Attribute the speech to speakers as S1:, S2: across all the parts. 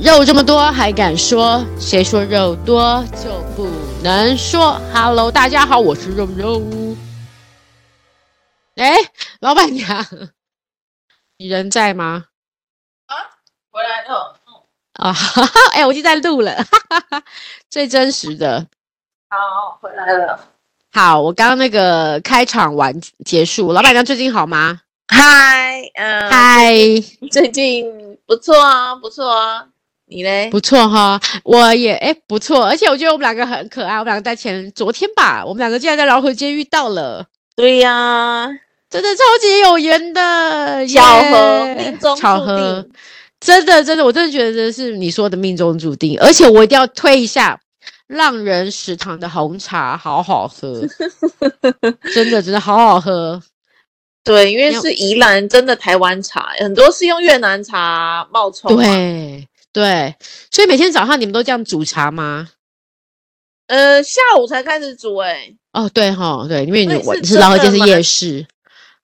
S1: 肉这么多还敢说？谁说肉多就不能说？Hello，大家好，我是肉肉。哎，老板娘，你人在吗？
S2: 啊回来了。
S1: 啊， 哈哈，哎，我就在录了， 哈哈哈，最真实的。
S2: 好，回来了。
S1: 好，我刚刚那个开场完结束，老板娘最近好吗？
S2: 嗨，嗯，
S1: 嗨，
S2: 最近不错啊，不错啊。你嘞？
S1: 不错哈，我也哎不错，而且我觉得我们两个很可爱，我们两个在前昨天吧，我们两个竟然在老虎街遇到了，
S2: 对呀、
S1: 真的超级有缘的，
S2: 巧合
S1: 耶
S2: 命中注定
S1: 巧合，真的真的，我真的觉得是你说的命中注定，而且我一定要推一下浪人食堂的红茶，好好 喝，真的真的好好喝，
S2: 对，因为是宜兰，真的台湾茶，很多是用越南茶冒充。，啊
S1: 对对，所以每天早上你们都这样煮茶吗？
S2: 呃，下午才开始煮、哎，
S1: 哦，对哈，对，因为你
S2: 对
S1: 我
S2: 是
S1: 是老虎街
S2: 真
S1: 是
S2: 的
S1: 夜
S2: 蛮
S1: 市，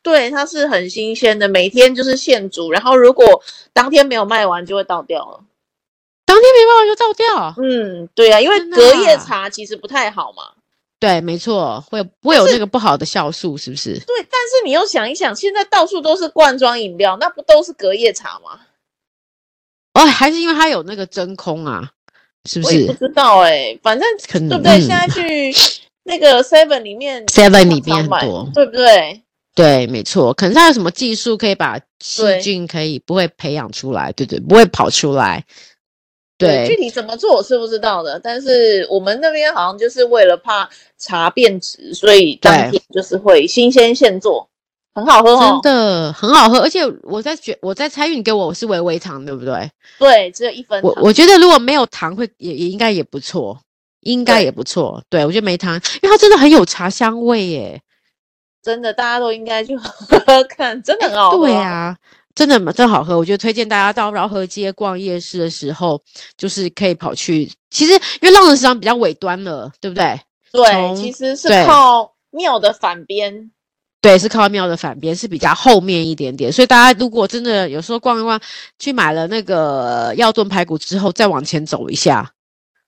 S2: 对，它是很新鲜的，每天就是现煮，然后如果当天没有卖完，就会倒掉了。
S1: 当天没办法就倒掉。
S2: 嗯，对啊，因为
S1: 真的
S2: 隔
S1: 啊
S2: 夜茶其实不太好嘛。
S1: 对，没错，会会有那个不好的酵素，是不是？
S2: 对，但是你又想一想，现在到处都是罐装饮料，那不都是隔夜茶吗？
S1: 哦，还是因为它有那个真空啊，是不
S2: 我也不
S1: 是
S2: 知道哎、反正
S1: 可能
S2: 对不对？
S1: 嗯
S2: 现在去那个 Seven 里面
S1: ？Seven 里面
S2: 常常买
S1: 很多，
S2: 对不对？
S1: 对，没错，可能它有什么技术可以把细
S2: 对
S1: 菌可以不会培养出来，对对，不会跑出来，
S2: 具
S1: 对，
S2: 体怎么做我是不知道的，但是我们那边好像就是为了怕茶变质，所以当
S1: 对
S2: 天就是会新鲜现做，很好喝
S1: 真
S2: 哦。
S1: 的很好喝。而且我在觉我在猜，因为你给我是微微糖，对不对？
S2: 对，只有一分
S1: 我
S2: 糖。
S1: 我觉得如果没有糖会也也应该也不错，应该
S2: 对
S1: 也不错。对我觉得没糖，因为它真的很有茶香味耶。
S2: 真的，大家都应该去 喝喝看，真的很好喝。哦
S1: 对啊，真的蛮真好喝，我觉得推荐大家到饶河街逛夜市的时候，就是可以跑去。其实因为浪人市场比较尾端了，对不对？从
S2: 对，其实是
S1: 对
S2: 靠庙的反边。
S1: 对，是靠庙的反边，是比较后面一点点。所以大家如果真的有时候逛一逛，去买了那个药炖排骨之后，再往前走一下，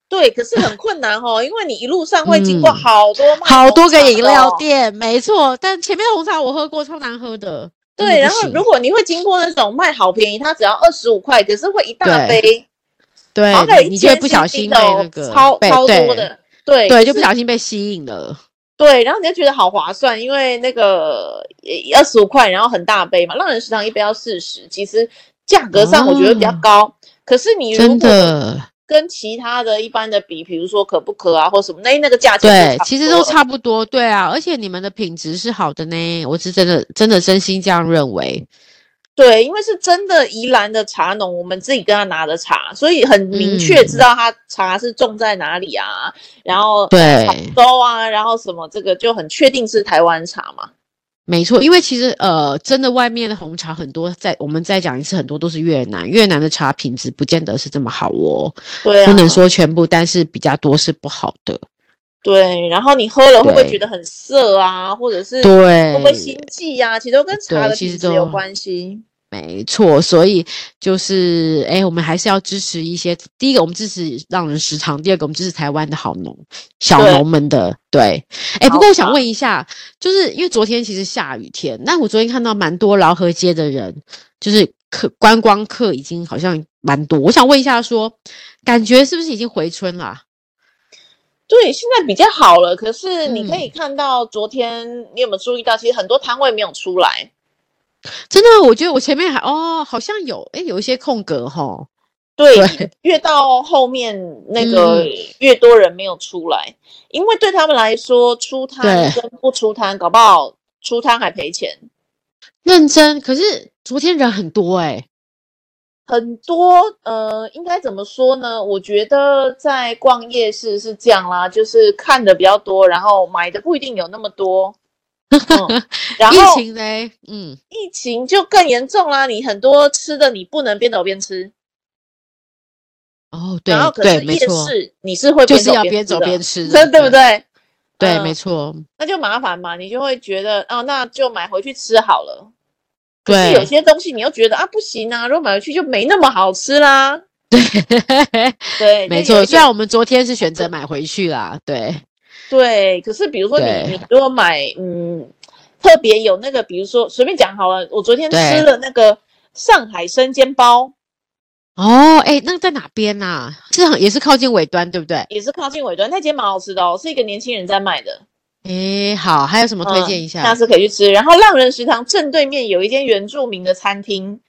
S2: 对，可是很困难哦，因为你一路上会经过
S1: 嗯
S2: 好多卖
S1: 好多
S2: 红
S1: 个
S2: 茶的
S1: 饮料
S2: 哦
S1: 店，没错。但前面的红茶我喝过，超难喝的。真的
S2: 对，
S1: 不
S2: 然后
S1: 行
S2: 如果你会经过那种卖好便宜，它只要二十五块，可是会一大
S1: 对
S2: 杯，
S1: 对
S2: 好像有，
S1: 你
S2: 一
S1: 就会
S2: 千哦
S1: 不小心被那个
S2: 超
S1: 被
S2: 超
S1: 对
S2: 多的，对
S1: 对，就不
S2: 是
S1: 小心被吸引了。
S2: 对，然后你就觉得好划算，因为那个二十五块，然后很大杯嘛，浪人食堂一杯要四十，其实价格上我觉得比较
S1: 哦
S2: 高，可是你如
S1: 真
S2: 果
S1: 的，
S2: 跟其他的一般的比，比如说可不可啊或什么，那那个价钱
S1: 对
S2: 就，不
S1: 其实都
S2: 多了
S1: 差不多，对啊，而且你们的品质是好的呢，我是真的真的真心这样认为。
S2: 对，因为是真的宜兰的茶农，我们自己跟他拿的茶，所以很明
S1: 嗯
S2: 确知道他茶是种在哪里啊，然后
S1: 对
S2: 潮州啊，然后什么这个就很确定是台湾茶嘛。
S1: 没错，因为其实呃，真的外面的红茶很多在，我们再讲一次，很多都是越南，越南的茶品质不见得是这么好哦，
S2: 对啊，
S1: 不能说全部，但是比较多是不好的。
S2: 对，然后你喝了会不会
S1: 对
S2: 觉得很涩啊，或者是
S1: 对
S2: 会不会心悸啊？其实都跟茶
S1: 对
S2: 的
S1: 其
S2: 品
S1: 实
S2: 质
S1: 都
S2: 有关系。
S1: 没错，所以就是哎，我们还是要支持一些。第一个，我们支持让人食堂；第二个，我们支持台湾的好农、小
S2: 对
S1: 农们的。对，哎，不
S2: 好
S1: 过我想
S2: 吧
S1: 问一下，就是因为昨天其实下雨天，那我昨天看到蛮多饶河街的人，就是客观光客已经好像蛮多。我想问一下说感觉是不是已经回春啦、
S2: 对，现在比较好了，可是你可
S1: 嗯
S2: 以看到昨天你有没有注意到，其实很多摊位没有出来。
S1: 真的，我觉得我前面还哦，好像有哎，有一些空格哈。
S2: 对，
S1: 对
S2: 越到后面那个
S1: 嗯
S2: 越多人没有出来，因为对他们来说出摊
S1: 对
S2: 跟不出摊，搞不好出摊还赔钱。
S1: 认真，可是昨天人很多哎、
S2: 很多呃，应该怎么说呢？我觉得在逛夜市是这样啦，就是看的比较多，然后买的不一定有那么 多。嗯，然
S1: 疫
S2: 后
S1: 情嘞，嗯。
S2: 疫情就更严重啦，你很多吃的你不能边走边吃，
S1: 哦，对
S2: 然后可
S1: 对，
S2: 是
S1: 没
S2: 夜
S1: 错，
S2: 市你是会
S1: 就是要
S2: 边
S1: 边走边
S2: 吃
S1: 吃
S2: 的，
S1: 的，
S2: 对不对？
S1: 对，
S2: 嗯
S1: 没错，
S2: 那就麻烦嘛，你就会觉得哦，那就买回去吃好了。可是有
S1: 对
S2: 些东西你又觉得啊，不行啊，如果买回去就没那么好吃啦。对，
S1: 没
S2: 就有
S1: 错。虽
S2: 一点
S1: 然我们昨天是选择买回去啦，对，
S2: 对，可是比如说你
S1: 对
S2: 你如果买嗯，特别有那个，比如说随便讲好了，我昨天
S1: 对
S2: 吃了那个上海生煎包，
S1: 哦，哎、那个在哪边呐、是很也是靠近尾端，对不对？
S2: 也是靠近尾端，那间蛮好吃的哦，是一个年轻人在卖的，
S1: 哎、好，还有什么推荐一下？
S2: 嗯下次可以去吃。然后浪人食堂正对面有一间原住民的餐厅，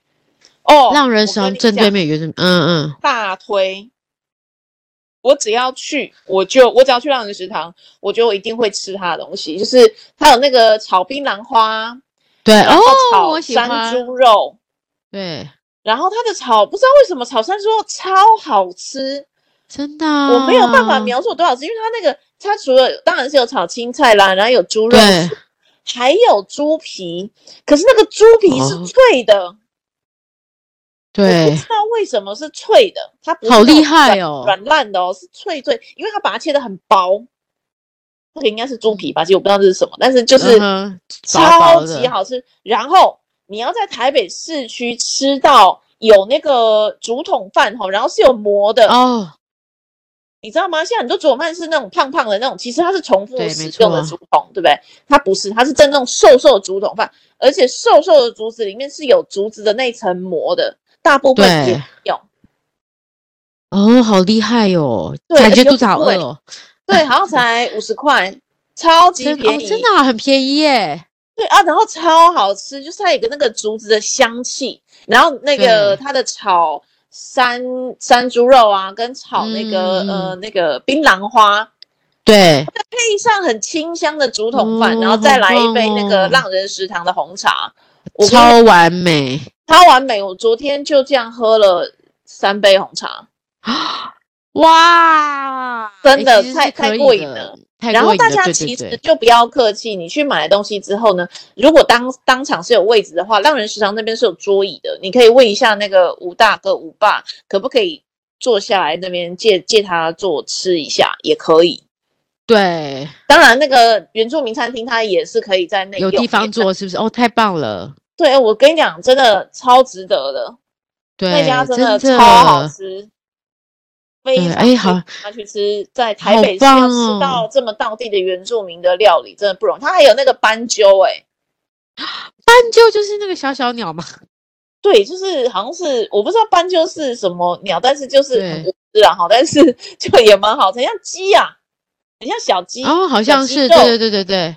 S2: 哦，
S1: 让人
S2: 我跟
S1: 生
S2: 你
S1: 正对
S2: 讲
S1: 面有什么？嗯嗯，
S2: 大推。我只要去，我就我只要去浪人食堂，我觉得我一定会吃它的东西，就是它有那个炒槟榔花，
S1: 对
S2: 然
S1: 哦
S2: 后，
S1: 我
S2: 炒
S1: 喜欢
S2: 山。猪肉，
S1: 对，
S2: 然后它的炒不知道为什么炒山猪肉超好吃，
S1: 真的啊、
S2: 我没有办法描述有多好吃，因为它那个它除了当然是有炒青菜啦，然后有猪肉，
S1: 对，
S2: 还有猪皮，可是那个猪皮是
S1: 哦
S2: 脆的，我不
S1: 对
S2: 知，道为什么是脆的，它不是
S1: 好
S2: 那种
S1: 厉害
S2: 软
S1: 哦
S2: 软烂的哦，是脆脆，因为它把它切的很薄，那个应该是猪皮吧，其实我不知道这是什么，但是就是
S1: 嗯哼薄薄
S2: 超
S1: 的
S2: 级好吃。然后你要在台北市区吃到有那个竹筒饭吼，然后是有膜的，
S1: 哦，
S2: 你知道吗？现在很多竹筒饭是那种胖胖的那种，其实它是重复
S1: 对没
S2: 使用的
S1: 错
S2: 竹筒，对不对？它不是，它是真正瘦瘦的竹筒饭，而且瘦瘦的竹子里面是有竹子的那层膜的，大部分也
S1: 对
S2: 没有。
S1: 哦，好厉害哟、
S2: 对
S1: 感觉
S2: 而且又
S1: 肚子好
S2: 不
S1: 饿
S2: 贵
S1: 哦，
S2: 对，好像才五十块，超级
S1: 真
S2: 便
S1: 哦
S2: 宜，
S1: 真的、啊、很便宜耶，
S2: 对啊，然后超好吃，就是它有个那个竹子的香气，然后那个它的炒山山猪肉啊，跟炒那个、
S1: 嗯
S2: 呃那个槟榔花，
S1: 对，
S2: 配上很清香的竹筒饭，
S1: 哦
S2: 然后再来一杯
S1: 好棒哦
S2: 那个浪人食堂的红茶，我跟你
S1: 超完美
S2: 超完美。我昨天就这样喝了三杯红茶，
S1: 啊！哇，
S2: 真
S1: 诶
S2: 的
S1: 哎其实
S2: 太
S1: 是
S2: 太
S1: 可以
S2: 过瘾
S1: 的
S2: 了，
S1: 太
S2: 然
S1: 过
S2: 后
S1: 瘾
S2: 大
S1: 了
S2: 家
S1: 对
S2: 其
S1: 对
S2: 实
S1: 对，
S2: 就不要客气，你去买了东西之后呢，如果当当场是有位置的话，浪人食堂那边是有桌椅的，你可以问一下那个吴大哥、吴爸，可不可以坐下来那边借借他坐吃一下也可以。
S1: 对，
S2: 当然，那个原住民餐厅它也是可以在那
S1: 有地方。坐是不是？哦，太棒 了，
S2: 对，我跟你讲，真的超值得的，
S1: 对，
S2: 那家真的
S1: 真
S2: 超
S1: 的
S2: 好吃。非
S1: 对
S2: 常
S1: 哎好
S2: 推荐大家去吃，在台
S1: 好
S2: 北市要
S1: 棒
S2: 吃
S1: 哦
S2: 到这么道地的原住民的料理，真的不容易。它还有那个斑鸠，哎，
S1: 斑鸠就是那个小小鸟嘛，
S2: 对，就是好像是我不知道斑鸠是什么鸟，但是就是
S1: 对
S2: 很无知啊，好，但是 就也蛮好吃，很像鸡啊，很像小鸡，嗯
S1: 哦，好像
S2: 鸡
S1: 是，
S2: 肉
S1: 对对对对对，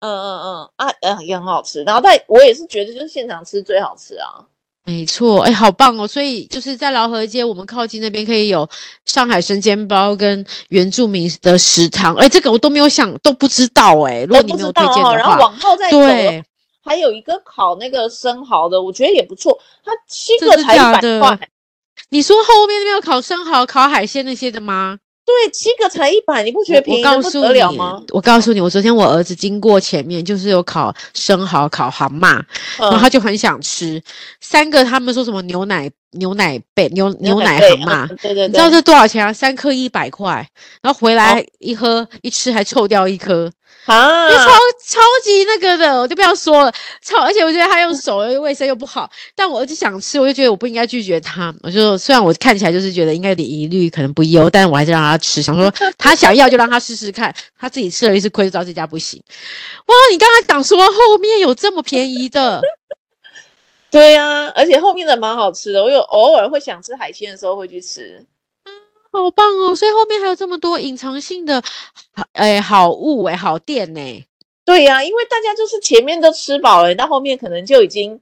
S2: 嗯嗯啊，呃也很好吃。然后但我也是觉得就是现场吃最好吃啊，
S1: 没错，哎，好棒哦！所以就是在劳合街，我们靠近那边可以有上海生煎包跟原住民的食堂，哎，这个我都没有想，都不知道哎。如
S2: 我
S1: 果你
S2: 不
S1: 没
S2: 知
S1: 有
S2: 道
S1: 推荐
S2: 哦。
S1: 的
S2: 然后
S1: 话，
S2: 往后再走
S1: 对
S2: 了，，还有一个烤那个生蚝的，我觉得也不错，它七
S1: 真
S2: 个
S1: 的
S2: 才一
S1: 假
S2: 百
S1: 的
S2: 块，
S1: 你说后面那边有烤生蚝、烤海鲜那些的吗？
S2: 对，七个才一百，你不觉得
S1: 我
S2: 便
S1: 我
S2: 宜的
S1: 告
S2: 不
S1: 诉
S2: 得
S1: 你
S2: 了吗？，
S1: 我告诉你，我昨天我儿子经过前面，就是有烤生蚝、烤蛤蟆，然后
S2: 嗯
S1: 他，就很想吃。三个他们说什么牛奶牛奶贝牛牛奶
S2: 贝
S1: 蛤蟆，
S2: 嗯对对
S1: 你知道
S2: 对，哦
S1: 这多少钱啊？三颗一百块，然后回来一喝、一吃还臭掉一颗，
S2: 啊
S1: 就超嗯超级那个的，我就不要说了。超，而且我觉得他用手又卫生又不好，但我儿子想吃，我就觉得我不应该拒绝他。我就虽然我看起来就是觉得应该有点疑虑，可能不优，但我还是让他吃，想说他想要就让他试试看，他自己吃了一次亏，就知道这家不行。哇，你刚才讲说后面有这么便宜的，
S2: 对呀、而且后面的蛮好吃的，我有偶尔会想吃海鲜的时候会去吃。
S1: 好棒哦！所以后面还有这么多隐藏性的，哎，好物哎，好店呢、
S2: 对呀、因为大家就是前面都吃饱了，到后面可能就已经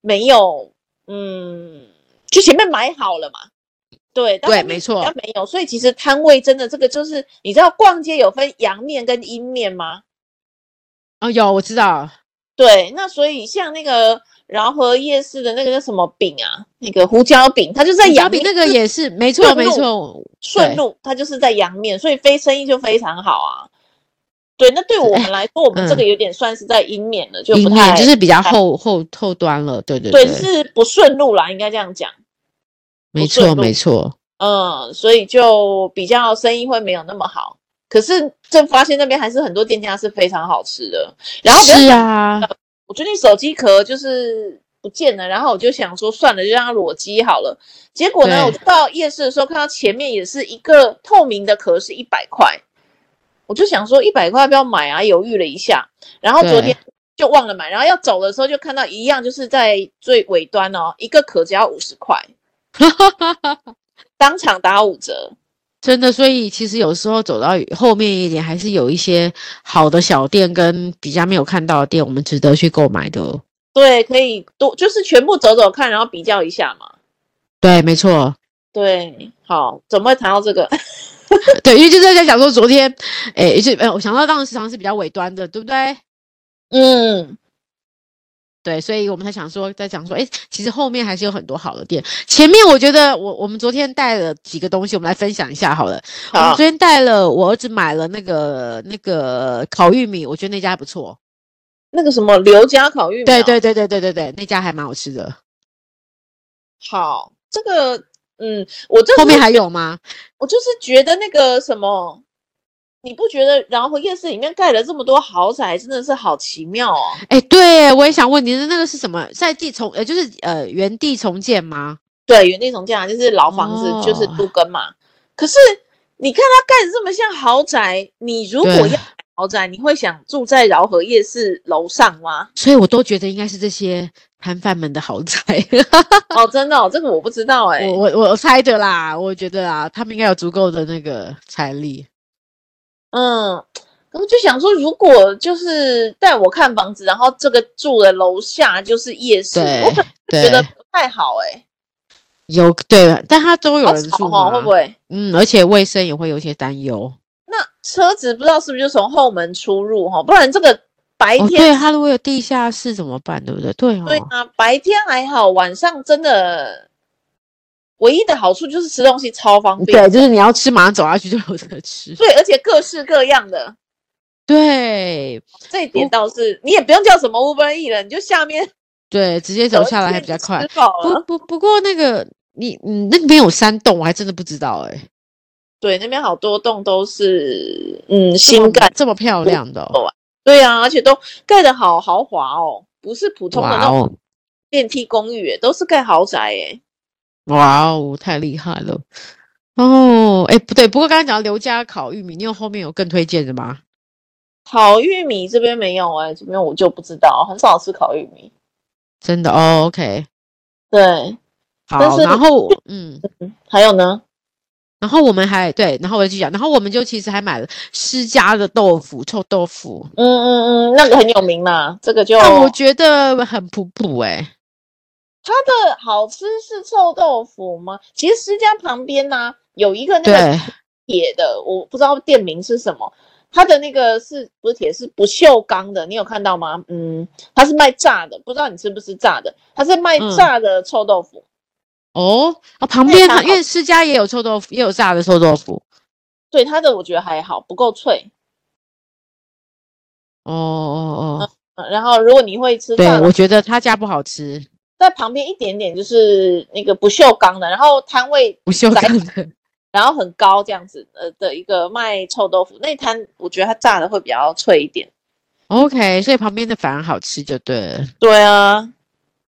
S2: 没有，嗯，就前面买好了嘛。对，到
S1: 对
S2: 后面
S1: 没错
S2: 比较没有，所以其实摊位真的这个就是，你知道逛街有分阳面跟阴面吗？
S1: 哦，有我知道，
S2: 对，那所以像那个饶河夜市的那个叫什么饼啊，那个胡椒饼，它就在
S1: 小
S2: 阳
S1: 饼
S2: 面
S1: 那个也是没错
S2: 顺
S1: 没
S2: 路
S1: 错，
S2: 顺
S1: 对
S2: 路，它就是在阳面，所以非生意就非常好啊。对，那对我们来说，我们这个有点算是在阴面了，就
S1: 里
S2: 不
S1: 嗯面
S2: 太
S1: 就是比较
S2: 太
S1: 后后后端了，对对
S2: 对，是不顺路啦，应该这样讲。
S1: 没
S2: 顺
S1: 错
S2: 路
S1: 没错，
S2: 嗯，所以就比较生意会没有那么好。可是就发现那边还是很多店家是非常好吃的。然后不要呃
S1: 是
S2: 讲，
S1: 啊，
S2: 我最近手机壳就是。不见了，然后我就想说算了，就让它裸机好了。结果呢，
S1: 对
S2: 我就到夜市的时候看到前面也是一个透明的壳，是一百块，我就想说一百块要不要买啊？犹豫了一下，然后昨天就忘了买，然后要走的时候就看到一样，就是在最尾端哦，一个壳只要五十块，当场打五折。
S1: 真的，所以其实有时候走到后面一点，还是有一些好的小店跟比较没有看到的店，我们值得去购买的哦。
S2: 对，可以多就是全部走走看，然后比较一下嘛。
S1: 对，没错，
S2: 对，好，怎么会谈到这个？
S1: 对，因为就是在讲说昨天，诶，就呃，我想到当时常是比较尾端的，对不对？
S2: 嗯，
S1: 对，所以我们才想说，在讲说，诶，其实后面还是有很多好的店。前面我觉得我我们昨天带了几个东西，我们来分享一下好了。我们
S2: 好
S1: 昨，天带了我儿子买了那个那个烤玉米，我觉得那家还不错。
S2: 那个什么刘家烤玉米、哦
S1: 对，对对对对对对，那家还蛮好吃的。
S2: 好，这个，嗯，我这
S1: 后面还有吗？
S2: 我就是觉得那个什么，你不觉得饶河夜市里面盖了这么多豪宅，真的是好奇妙哦？
S1: 哎，对，我也想问你，那个是什么？在地重，呃，就是呃，原地重建吗？
S2: 对，原地重建啊，就是老房子，就是
S1: 哦
S2: 都更嘛。可是你看它盖的这么像豪宅，你如果要
S1: 对
S2: 买豪宅，你会想住在饶河夜市楼上吗？
S1: 所以我都觉得应该是这些摊贩们的豪宅，
S2: 哦，真的、哦，这个我不知道哎、
S1: 我我我猜的啦，我觉得啊，他们应该有足够的那个财力。
S2: 嗯，可是就想说，如果就是带我看房子，然后这个住的楼下就是夜市，
S1: 对
S2: 我可能觉得
S1: 对，
S2: 不太好哎、
S1: 有对，但他都有
S2: 好
S1: 人
S2: 吵
S1: 住
S2: 哦，会不
S1: 嘛
S2: 会？
S1: 嗯，而且卫生也会有一些担忧。
S2: 那车子不知道是不是就从后门出入哈、不然这个白
S1: 哦，
S2: 哎天、啊
S1: 对，他如果有地下室怎么办？对不对？对哦，
S2: 对啊，白天还好，晚上真的唯一的好处就是吃东西超方便
S1: 对，，就是你要吃，马上走下去就有得吃。
S2: 对，而且各式各样的，
S1: 对
S2: 这一
S1: 哦
S2: 点倒是你也不用叫什么 Uber E 了，你就下面
S1: 对，直接走下来还比较快。
S2: 吃饱了
S1: 不不不过那个你嗯那边有山洞，我还真的不知道哎、欸，
S2: 对，那边好多栋都是嗯
S1: 这么
S2: 新盖，
S1: 这么漂亮的、哦，
S2: 对啊，而且都盖的好豪华哦，不是普通的那
S1: 哇
S2: 种
S1: 哦
S2: 电梯公寓欸耶，都是盖豪宅哎。
S1: 哇哦，太厉害了哦哎、不对，不过刚刚讲到刘家烤玉米，你有后面有更推荐的吗？
S2: 烤玉米这边没有哎，这边我就不知道，很少吃烤玉米。
S1: 真的哦，OK，
S2: 对，但
S1: 好，
S2: 是
S1: 然后嗯，
S2: 还有呢？
S1: 然后我们还对，然后我就继续讲，然后我们就其实还买了施家的豆腐，臭豆腐，
S2: 嗯嗯嗯，那个很有名嘛，这个就
S1: 但啊我觉得很普普哎、
S2: 它的好吃是臭豆腐吗？其实施家旁边呢、有一个那个
S1: 对，
S2: 铁的，我不知道店名是什么。它的那个是不是铁？是不锈钢的，你有看到吗？嗯，它是卖炸的，不知道你吃不吃炸的？它是卖
S1: 嗯
S2: 炸的臭豆腐，
S1: 哦，啊，旁
S2: 那
S1: 边
S2: 它
S1: 它因为施家也有臭豆腐，也有炸的臭豆腐。
S2: 对它的我觉得还好，不够脆。
S1: 哦哦哦，
S2: 嗯然后如果你会吃
S1: 对
S2: 炸，的，
S1: 我觉得他家不好吃，
S2: 在旁边一点点就是那个不锈钢的，然后摊位
S1: 不锈
S2: 宰
S1: 钢的。
S2: 然后很高这样子呃的一个卖臭豆腐那一摊，我觉得它炸的会比较脆一点。
S1: OK，所以旁边的反而好吃就对了。
S2: 对啊，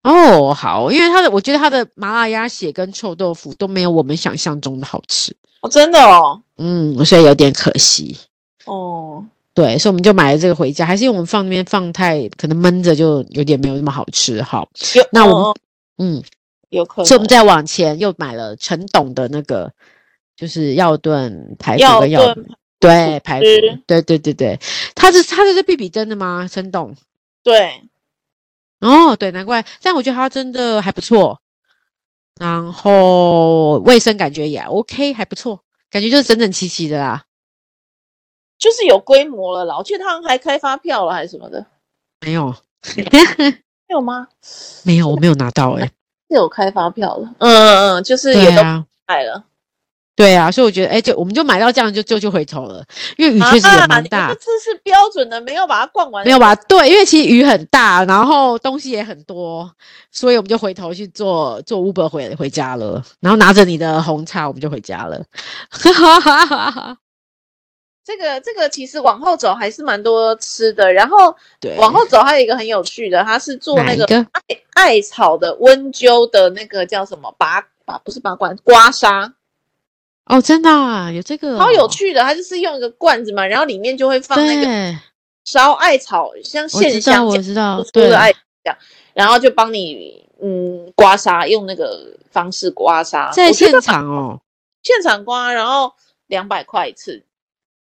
S1: 哦，好，因为他的我觉得他的麻辣鸭血跟臭豆腐都没有我们想象中的好吃，
S2: 哦真的哦，
S1: 嗯，所以有点可惜。
S2: 哦，
S1: 对，所以我们就买了这个回家，还是因为我们放那边放太可能闷着就有点没有那么好吃。好，
S2: 有
S1: 那我们
S2: 哦哦哦
S1: 嗯，
S2: 有可
S1: 所以我们
S2: 能
S1: 再往前又买了陈董的那个，就是药炖排骨
S2: 要
S1: 跟药
S2: 炖
S1: 对排骨
S2: 汁，
S1: 对对对对，他是他这是必比登的吗？陈董
S2: 对。
S1: 哦，对，难怪，但我觉得他真的还不错，然后卫生感觉也 OK，还不错，感觉就是整整齐齐的啦。
S2: 就是有规模了啦。我记得他好像还开发票了还是什么的，
S1: 没有，
S2: 没有吗？
S1: 没有，我没有拿到 哎、
S2: 是有开发票了，嗯嗯嗯，就是也
S1: 对
S2: 都
S1: 啊，
S2: 买了。
S1: 对啊，所以我觉得，哎，就我们就买到这样就就就回头了，因为雨嗯确实也蛮大，
S2: 啊、你们这次是标准的，没有把它逛完。
S1: 没有吧？对，因为其实雨很大，然后东西也很多，所以我们就回头去坐坐 Uber 回回家了。然后拿着你的红茶，我们就回家了。
S2: 这个这个其实往后走还是蛮多吃的，然后
S1: 对，
S2: 往后走还有一个很有趣的，它是做
S1: 哪
S2: 那
S1: 一
S2: 个啊
S1: 个
S2: 艾艾草的温灸的那个叫什么拔拔不是拔罐刮痧，
S1: 哦，真的啊有这个哦，
S2: 超有趣的，它就是用一个罐子嘛，然后里面就会放那个
S1: 对，
S2: 烧艾草，像
S1: 我知
S2: 线
S1: 道，
S2: 香
S1: 我
S2: 这样
S1: 知道
S2: 突，
S1: 哦
S2: 出
S1: 对
S2: 的，艾草这样，然后就帮你嗯刮痧，用那个方式刮痧，
S1: 在
S2: 我觉
S1: 现
S2: 得
S1: 场哦，
S2: 现场刮，然后两百块一次。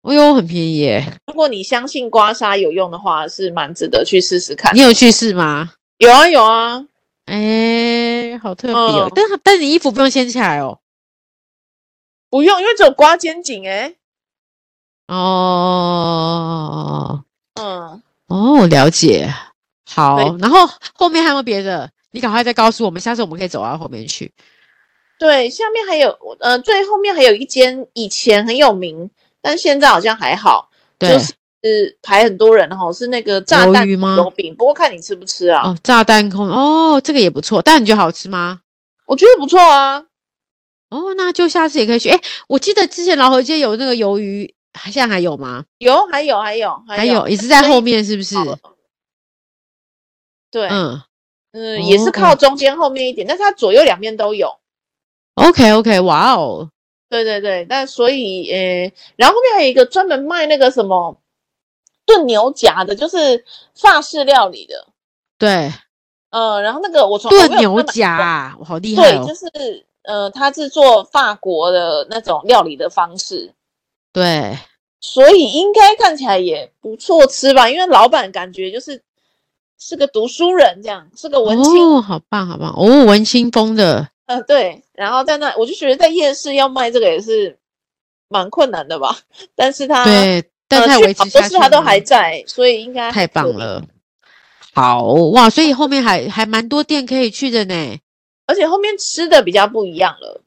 S1: 哎呦，很便宜耶！
S2: 如果你相信刮痧有用的话，是蛮值得去试试看。
S1: 你有去试吗？
S2: 有啊有啊，
S1: 哎，好特别哦！
S2: 嗯
S1: 但但你衣服不用掀起来哦。
S2: 不用，因为只有刮肩颈哎、
S1: 哦
S2: 嗯，
S1: 哦，我了解。好，
S2: 对
S1: 然后后面还有没有别的？你赶快再告诉我们，下次我们可以走到后面去。
S2: 对，下面还有呃最后面还有一间以前很有名，但现在好像还好，就
S1: 对，
S2: 是呃排很多人哦，是那个炸
S1: 鱿
S2: 弹
S1: 鱼吗
S2: 油饼，不过看你吃不吃啊，
S1: 哦，炸弹空哦，这个也不错，但你觉得好吃吗？
S2: 我觉得不错啊。
S1: 哦，那就下次也可以去。哎，我记得之前老河街有那个鱿鱼，现在还有吗？
S2: 有，还有，还有，
S1: 还
S2: 有
S1: 有，，也是在后面是不是？
S2: 好了对，嗯、
S1: 嗯
S2: 也是
S1: 哦
S2: 靠中间后面一点，但是它左右两面都有。
S1: ，OK OK，哇哦，
S2: 对对对，但所以呃，然后后面还有一个专门卖那个什么炖牛夹的，就是法式料理的。
S1: 对，
S2: 呃，然后那个我从
S1: 炖牛夹，啊，我好厉
S2: 我
S1: 害
S2: 有看到
S1: 哦
S2: 对，就，是呃，他是做法国的那种料理的方式，
S1: 对，
S2: 所以应该看起来也不错吃吧？因为老板感觉就是是个读书人，这样是个文青，
S1: 哦，好棒好棒，哦，文青风的，
S2: 呃，对。然后在那，我就觉得在夜市要卖这个也是蛮困难的吧，但是他
S1: 对，但
S2: 呃
S1: 太
S2: 确
S1: 维
S2: 保
S1: 持下
S2: 都是
S1: 去
S2: 他都
S1: 了
S2: 还在，所以应该还
S1: 太棒
S2: 可以。
S1: 了。好哇，所以后面还还蛮多店可以去的呢，
S2: 而且后面吃的比较不一样了，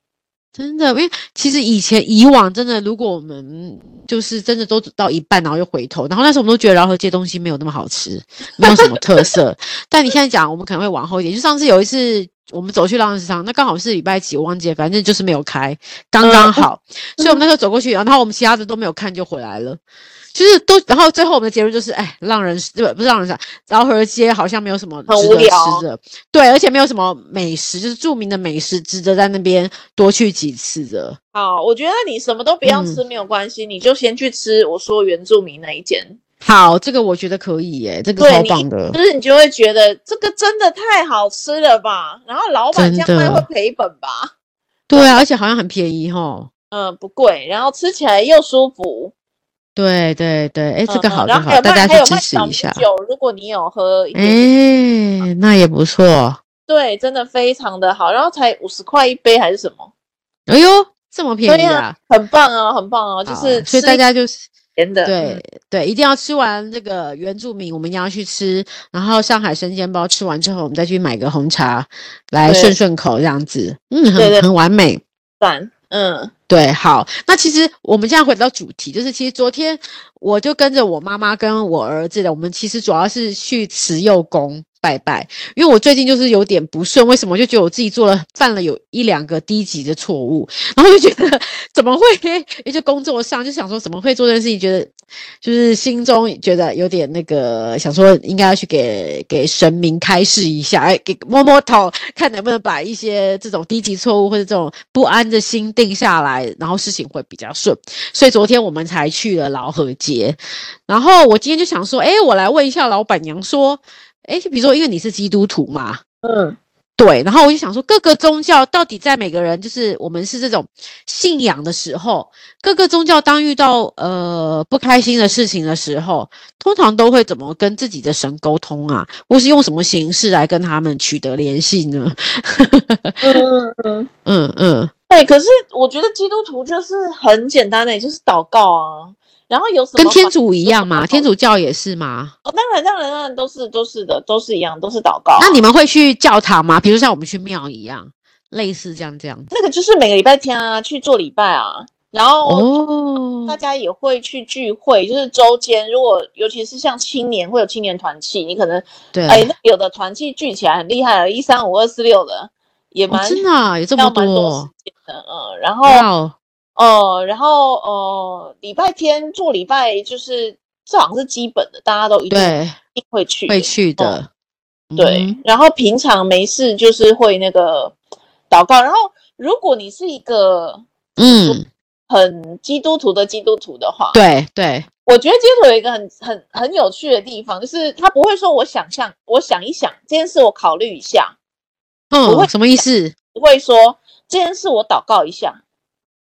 S1: 真的。因为其实以前以往真的，如果我们就是真的都走到一半，然后又回头，然后那时候我们都觉得饶河街东西没有那么好吃，没有什么特色。但你现在讲，我们可能会往后一点。就上次有一次我们走去浪人市场，那刚好是礼拜几，我忘记了，反正就是没有开，刚刚
S2: 嗯
S1: 好。所以我们那时候走过去，然后我们其他的都没有看就回来了。就是都，然后最后我们的结论就是，哎，浪人对不是浪人场，饶河街好像没有什么
S2: 很
S1: 值
S2: 无
S1: 得
S2: 聊
S1: 吃的，对，而且没有什么美食，就是著名的美食值得在那边多去几次的。
S2: 好，我觉得你什么都不要
S1: 嗯
S2: 吃没有关系，你就先去吃我说原住民那一间，
S1: 好，这个我觉得可以耶，这个
S2: 对
S1: 超
S2: 你
S1: 棒的
S2: 就，是你就会觉得这个真的太好吃了吧？然后老板
S1: 真
S2: 这样卖
S1: 的
S2: 会赔本吧？
S1: 对啊，而且好像很便宜吼。
S2: 嗯，不贵，然后吃起来又舒服。
S1: 对对对，哎，这个
S2: 嗯
S1: 好，这
S2: 然
S1: 个
S2: 后还
S1: 好，
S2: 有
S1: 大
S2: 卖
S1: 家
S2: 还有
S1: 去支
S2: 卖
S1: 持
S2: 小
S1: 一
S2: 米
S1: 下。
S2: 酒，如果你有喝一点点，
S1: 哎，那也不错。
S2: 对，真的非常的好，然后才五十块一杯还是什么，
S1: 哎呦，这么便
S2: 对
S1: 宜
S2: 呀
S1: 啊！
S2: 很棒啊，很棒啊，就
S1: 好
S2: 是
S1: 所以
S2: 吃
S1: 大
S2: 一
S1: 家就是
S2: 点的，嗯
S1: 对对，一定要吃完这个原住民，我们一定要去吃。然后上海生煎包吃完之后，我们再去买个红茶来
S2: 对
S1: 顺顺口，这样子，嗯，
S2: 对
S1: 很
S2: 对
S1: 很完美。
S2: 赞，嗯，
S1: 对，好，那其实我们现在回到主题，就是其实昨天我就跟着我妈妈跟我儿子的，我们其实主要是去慈幼宫拜拜，因为我最近就是有点不顺，为什么？我就觉得我自己做了犯了有一两个低级的错误，然后就觉得怎么会，也就工作上就想说怎么会做这件事情，觉得就是心中觉得有点那个，想说应该要去给给神明开示一下，哎，给摸摸头，看能不能把一些这种低级错误或者这种不安的心定下来，然后事情会比较顺。所以昨天我们才去了劳合街，然后我今天就想说，哎，我来问一下老板娘说，哎，比如说因为你是基督徒嘛，
S2: 嗯，
S1: 对，然后我就想说，各个宗教到底在每个人就是我们是这种信仰的时候，各个宗教当遇到呃不开心的事情的时候，通常都会怎么跟自己的神沟通啊，或是用什么形式来跟他们取得联系呢？
S2: 嗯嗯嗯，
S1: 嗯嗯，
S2: 对。可是我觉得基督徒就是很简单的，也就是祷告啊。然后有什么
S1: 跟天
S2: 反
S1: 主一样嘛，
S2: 祷告
S1: 天主教也是吗？
S2: 哦，当然当然当然都是都是的，都是一样，都是祷告啊、
S1: 那你们会去教堂吗？比如像我们去庙一样，类似这样这样子。
S2: 那个就是每个礼拜天啊去做礼拜啊，然后
S1: 哦
S2: 大，家也会去聚会，就是周间如果尤其是像青年会有青年团契，你可能
S1: 对，
S2: 哎那有的团契聚起来很厉害，啊一三五二四六的也
S1: 哦
S2: 蛮、
S1: 真的啊有这么
S2: 要蛮多时
S1: 多
S2: 间的，嗯，然后
S1: 哇哦！
S2: 呃，然后呃，礼拜天做礼拜就是这好像是基本的，大家都一定
S1: 对，
S2: 一定会去哦
S1: 会去的。
S2: 对，
S1: 嗯
S2: 然后平常没事就是会那个祷告。然后如果你是一个
S1: 嗯，
S2: 很基督徒的基督徒的话，
S1: 对对，
S2: 我觉得基督徒有一个很很很有趣的地方，就是他不会说我想象，我想一想这件事，我考虑一下，我
S1: 嗯，
S2: 会
S1: 什么意思？
S2: 不会说这件事我祷告一下。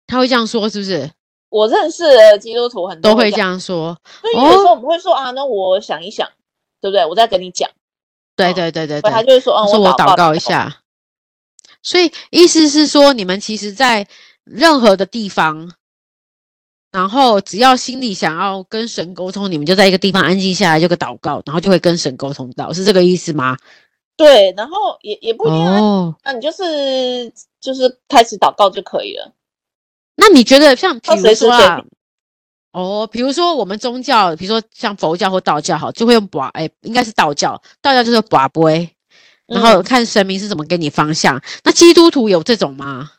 S1: 他会这样说是不是？
S2: 我认识的基督徒很多
S1: 都会哦
S2: 这
S1: 这
S2: 样，哦
S1: 样说。
S2: 所以有时候我们会说、啊，那我想一想，对不对？我再跟你讲，
S1: 对
S2: 嗯
S1: 对对对
S2: 所以他
S1: 对，
S2: 就会说，嗯，
S1: 说我
S2: 祷
S1: 祷告一，下。所以意思是说，你们其实，在任何的地方，然后只要心里想要跟神沟通，你们就在一个地方安静下来，就个祷告，然后就会跟神沟通到，是这个意思吗？
S2: 对，然后也也不一定啊，
S1: 哦，
S2: 那你就是就是开始祷告就可以了。
S1: 那你觉得像比
S2: 要
S1: 如
S2: 随时
S1: 说
S2: 随
S1: 啊，哦，比如说我们宗教，比如说像佛教或道教，好，就会用把，哎，应该是道教，道教就是把杯，然后
S2: 嗯
S1: 看神明是怎么给你方向。那基督徒有这种吗？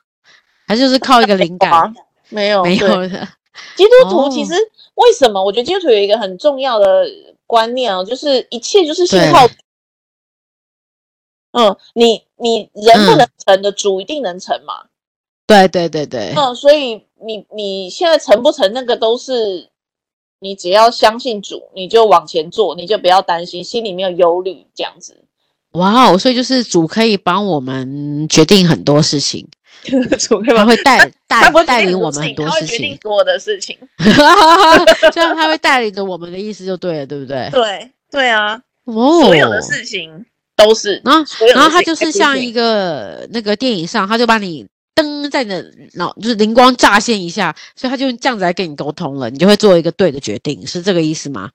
S1: 还是就是靠一个灵
S2: 有
S1: 感
S2: 啊？没有
S1: 没
S2: 对
S1: 有的，
S2: 基督徒
S1: 哦
S2: 其实为什么？我觉得基督徒有一个很重要的观念哦，就是一切就是信
S1: 对
S2: 靠。嗯，你你人不
S1: 嗯
S2: 能成的，主一定能成嘛。
S1: 对对对对，
S2: 嗯，所以你你现在成不成，那个都是你只要相信主，你就往前做，你就不要担心，心里没有忧虑这样子。
S1: 哇哦！所以就是主可以帮我们决定很多事情，
S2: 主对
S1: 他
S2: 吧？
S1: 会带带
S2: 他不会
S1: 带
S2: 决定
S1: 领我
S2: 很
S1: 们很
S2: 多
S1: 多事
S2: 事情他会决定
S1: 情，哎
S2: 所有的事情。
S1: 这样他会带领着我们的意思就对了，对不对？
S2: 对对啊，
S1: 哦，
S2: 所有的事情都是。
S1: 然后
S2: 所有的
S1: 然后它
S2: 事情
S1: 就是
S2: 都
S1: 像一个那个电影上，他就把你灯在你的脑，就是灵光乍现一下，所以他就这样子来跟你沟通了，你就会做一个对的决定，是这个意思吗？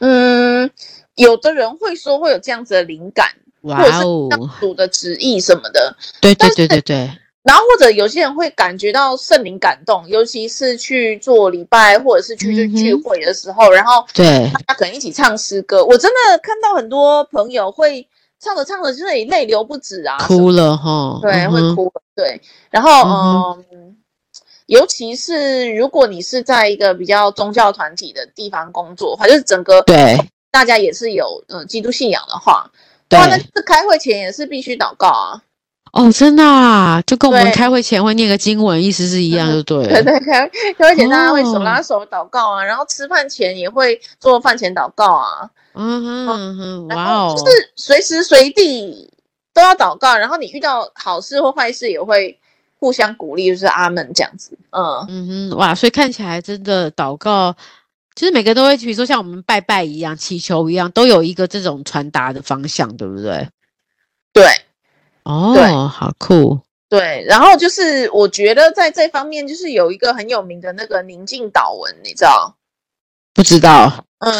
S2: 嗯，有的人会说会有这样子的灵感，或者
S1: 哇
S2: 是
S1: 哦，
S2: 上主的旨意什么的，
S1: 对对
S2: 但是
S1: 对对对，
S2: 然后或者有些人会感觉到圣灵感动，尤其是去做礼拜或者是去去
S1: 嗯哼
S2: 聚会的时候，然后
S1: 对，
S2: 大家可能一起唱诗歌。我真的看到很多朋友会唱着唱着就是也泪流不止啊，什么
S1: 哭了哈，
S2: 对，
S1: 嗯
S2: 会
S1: 哼，
S2: 哭了，对。然后嗯。尤其是如果你是在一个比较宗教团体的地方工作，反正整个
S1: 对
S2: 大家也是有嗯、呃基督信仰的话，哇，那
S1: 对，
S2: 这开会前也是必须祷告啊。
S1: 哦，真的啊，就跟我们
S2: 对嗯
S1: 开会前会念个经文，意思是一样，就对
S2: 对
S1: 了。
S2: 对，开会开会前大家会手
S1: 哦
S2: 拉手祷告啊，然后吃饭前也会做饭前祷告啊，
S1: 嗯哼嗯哼，
S2: 然
S1: 哇哦
S2: 后就，是随时随地都要祷告，然后你遇到好事或坏事也会互相鼓励，就是阿门这样子。嗯，
S1: 嗯哼，哇，所以看起来真的祷告，其实每个人都会，比如说像我们拜拜一样、祈求一样，都有一个这种传达的方向，对不对？
S2: 对
S1: 哦，好酷，
S2: 对，然后就是我觉得在这方面就是有一个很有名的那个宁静祷文，你知道？
S1: 不知道，
S2: 嗯，